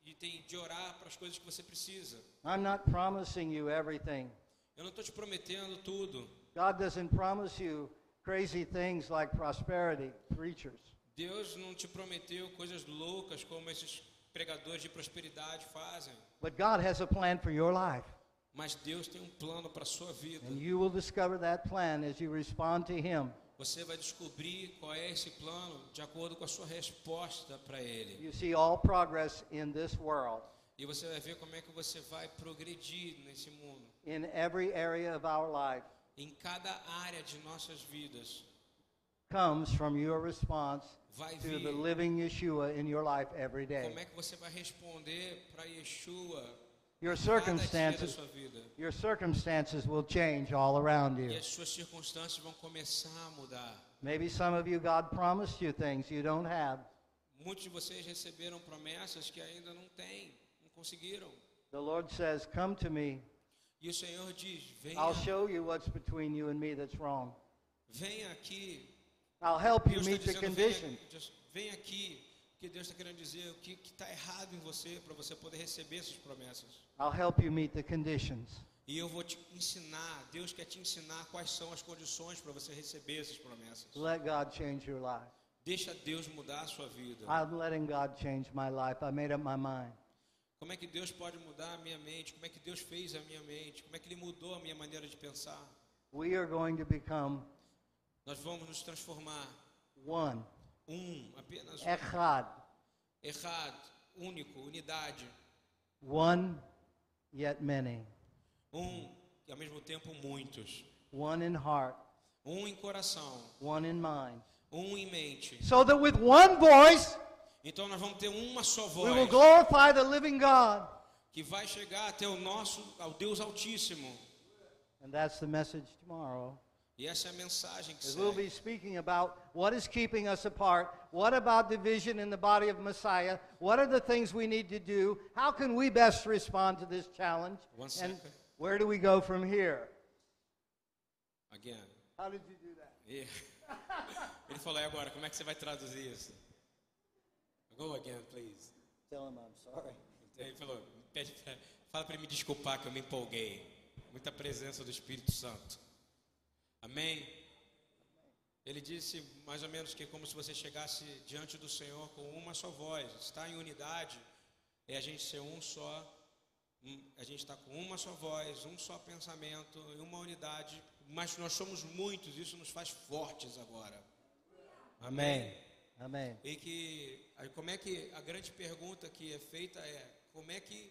Speaker 1: e tem de orar para as coisas que você precisa.
Speaker 2: I'm not promising you everything.
Speaker 1: Eu não estou te prometendo tudo.
Speaker 2: God doesn't promise you crazy things like prosperity preachers.
Speaker 1: Deus não te prometeu coisas loucas como esses pregadores de prosperidade fazem.
Speaker 2: But God has a plan for your life.
Speaker 1: Mas Deus tem um plano para a sua vida.
Speaker 2: And you will discover that plan as you respond to Him.
Speaker 1: Você vai descobrir qual é esse plano de acordo com a sua resposta para Ele.
Speaker 2: You see all progress in this world,
Speaker 1: E você vai ver como é que você vai progredir nesse mundo.
Speaker 2: in every area of our life,
Speaker 1: Em cada área de nossas vidas
Speaker 2: comes from your response
Speaker 1: vai
Speaker 2: to
Speaker 1: vir
Speaker 2: the living Yeshua in your life every day.
Speaker 1: como é que você vai responder para Yeshua
Speaker 2: Your
Speaker 1: cada dia da
Speaker 2: circumstances,
Speaker 1: sua vida.
Speaker 2: your circumstances will change all around
Speaker 1: E
Speaker 2: you.
Speaker 1: as suas circunstâncias vão começar a mudar.
Speaker 2: Maybe some of you, God promised you things you don't have.
Speaker 1: Muitos de vocês receberam promessas que ainda não têm, não conseguiram.
Speaker 2: The Lord says, Come to me.
Speaker 1: E o Senhor diz: venha,
Speaker 2: I'll show you what's between you and me that's wrong.
Speaker 1: venha aqui.
Speaker 2: I'll help you
Speaker 1: Deus
Speaker 2: meet
Speaker 1: está
Speaker 2: the
Speaker 1: dizendo,
Speaker 2: condition.
Speaker 1: venha, just- vem aqui. Porque Deus está querendo dizer o que está errado em você para você poder receber essas promessas.
Speaker 2: I'll help you meet the conditions.
Speaker 1: E eu vou te ensinar, Deus quer te ensinar quais são as condições para você receber essas promessas.
Speaker 2: Let God change your life.
Speaker 1: Deixa Deus mudar a sua vida.
Speaker 2: I'm letting God change my life. I made up my mind.
Speaker 1: Como é que Deus pode mudar a minha mente? Como é que Deus fez a minha mente? Como é que Ele mudou a minha maneira de pensar?
Speaker 2: We are going to become
Speaker 1: Nós vamos nos transformar
Speaker 2: one,
Speaker 1: um, apenas
Speaker 2: É.
Speaker 1: um.
Speaker 2: echad,
Speaker 1: errado, único, unidade,
Speaker 2: one yet many,
Speaker 1: um e ao mesmo tempo muitos,
Speaker 2: one in heart,
Speaker 1: um em coração,
Speaker 2: one in mind.
Speaker 1: um em mente.
Speaker 2: So that with one voice,
Speaker 1: Então nós vamos ter uma só
Speaker 2: we will
Speaker 1: voz
Speaker 2: glorify the living God.
Speaker 1: que vai chegar até o nosso, ao Deus Altíssimo.
Speaker 2: And that's the message tomorrow.
Speaker 1: E essa é a mensagem que
Speaker 2: As we'll
Speaker 1: segue.
Speaker 2: be speaking about what is keeping us apart, what about division in the body of Messiah, what are the things we need to do, how can we best respond to this challenge,
Speaker 1: One
Speaker 2: and
Speaker 1: second.
Speaker 2: where do we go from here?
Speaker 1: Again.
Speaker 2: How did you do that?
Speaker 1: E- Ele falou, e agora, como é que você vai traduzir isso? Go again, please.
Speaker 2: Tell him I'm sorry.
Speaker 1: Ele falou, pede pra- fala para me desculpar que eu me empolguei. Muita presença do Espírito Santo. Amém? Ele disse mais ou menos que é como se você chegasse diante do Senhor com uma só voz. Estar em unidade é a gente ser um só. um- A gente está com uma só voz, um só pensamento, e uma unidade. Mas nós somos muitos, isso nos faz fortes agora. Amém.
Speaker 2: Amen.
Speaker 1: E que aí como é que a grande pergunta que é feita é como é que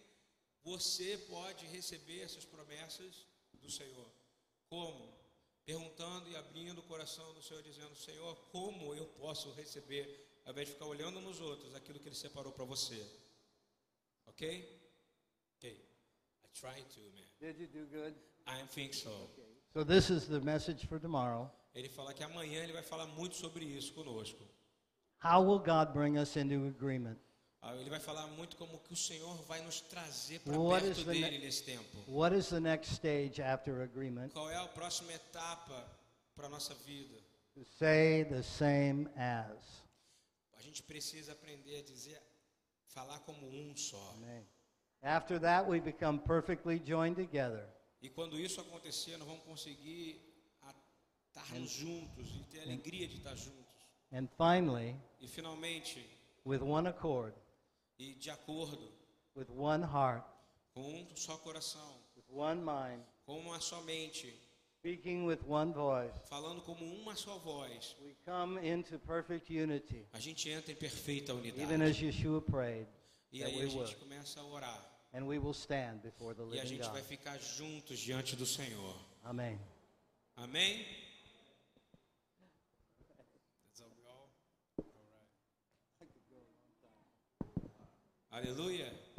Speaker 1: você pode receber essas promessas do Senhor? Como? Perguntando e abrindo o coração do Senhor, dizendo: Senhor, como eu posso receber, ao invés de ficar olhando nos outros, aquilo que Ele separou para você? Ok? Ok. I Trying to, man.
Speaker 2: Did you do good?
Speaker 1: I think so.
Speaker 2: So, this is the message for tomorrow.
Speaker 1: Ele fala que amanhã ele vai falar muito sobre isso conosco.
Speaker 2: How will God bring us into agreement?
Speaker 1: Ah, Ele vai falar muito como que o Senhor vai nos trazer para
Speaker 2: What
Speaker 1: perto
Speaker 2: is the ne-
Speaker 1: dele nesse tempo.
Speaker 2: What is the next stage after agreement?
Speaker 1: Qual é a próxima etapa para a nossa vida?
Speaker 2: To say the same as.
Speaker 1: A gente precisa aprender a dizer, falar como um só.
Speaker 2: Amen. After that, we become perfectly joined together.
Speaker 1: E quando isso acontecer, nós vamos conseguir a- estarmos juntos e ter a alegria de estar juntos.
Speaker 2: And finally,
Speaker 1: E finalmente,
Speaker 2: with one accord,
Speaker 1: e de acordo,
Speaker 2: with one heart,
Speaker 1: com um só coração,
Speaker 2: with one mind,
Speaker 1: com uma só mente,
Speaker 2: speaking with one voice,
Speaker 1: falando como uma só voz,
Speaker 2: we come into perfect unity,
Speaker 1: a gente entra em perfeita
Speaker 2: even
Speaker 1: unidade.
Speaker 2: as Yeshua prayed.
Speaker 1: E
Speaker 2: that
Speaker 1: aí
Speaker 2: we
Speaker 1: a gente
Speaker 2: would.
Speaker 1: começa a orar.
Speaker 2: And we will stand before the
Speaker 1: E a
Speaker 2: living
Speaker 1: gente
Speaker 2: God.
Speaker 1: vai ficar juntos diante do Senhor.
Speaker 2: Amen.
Speaker 1: Amém? Aleluia.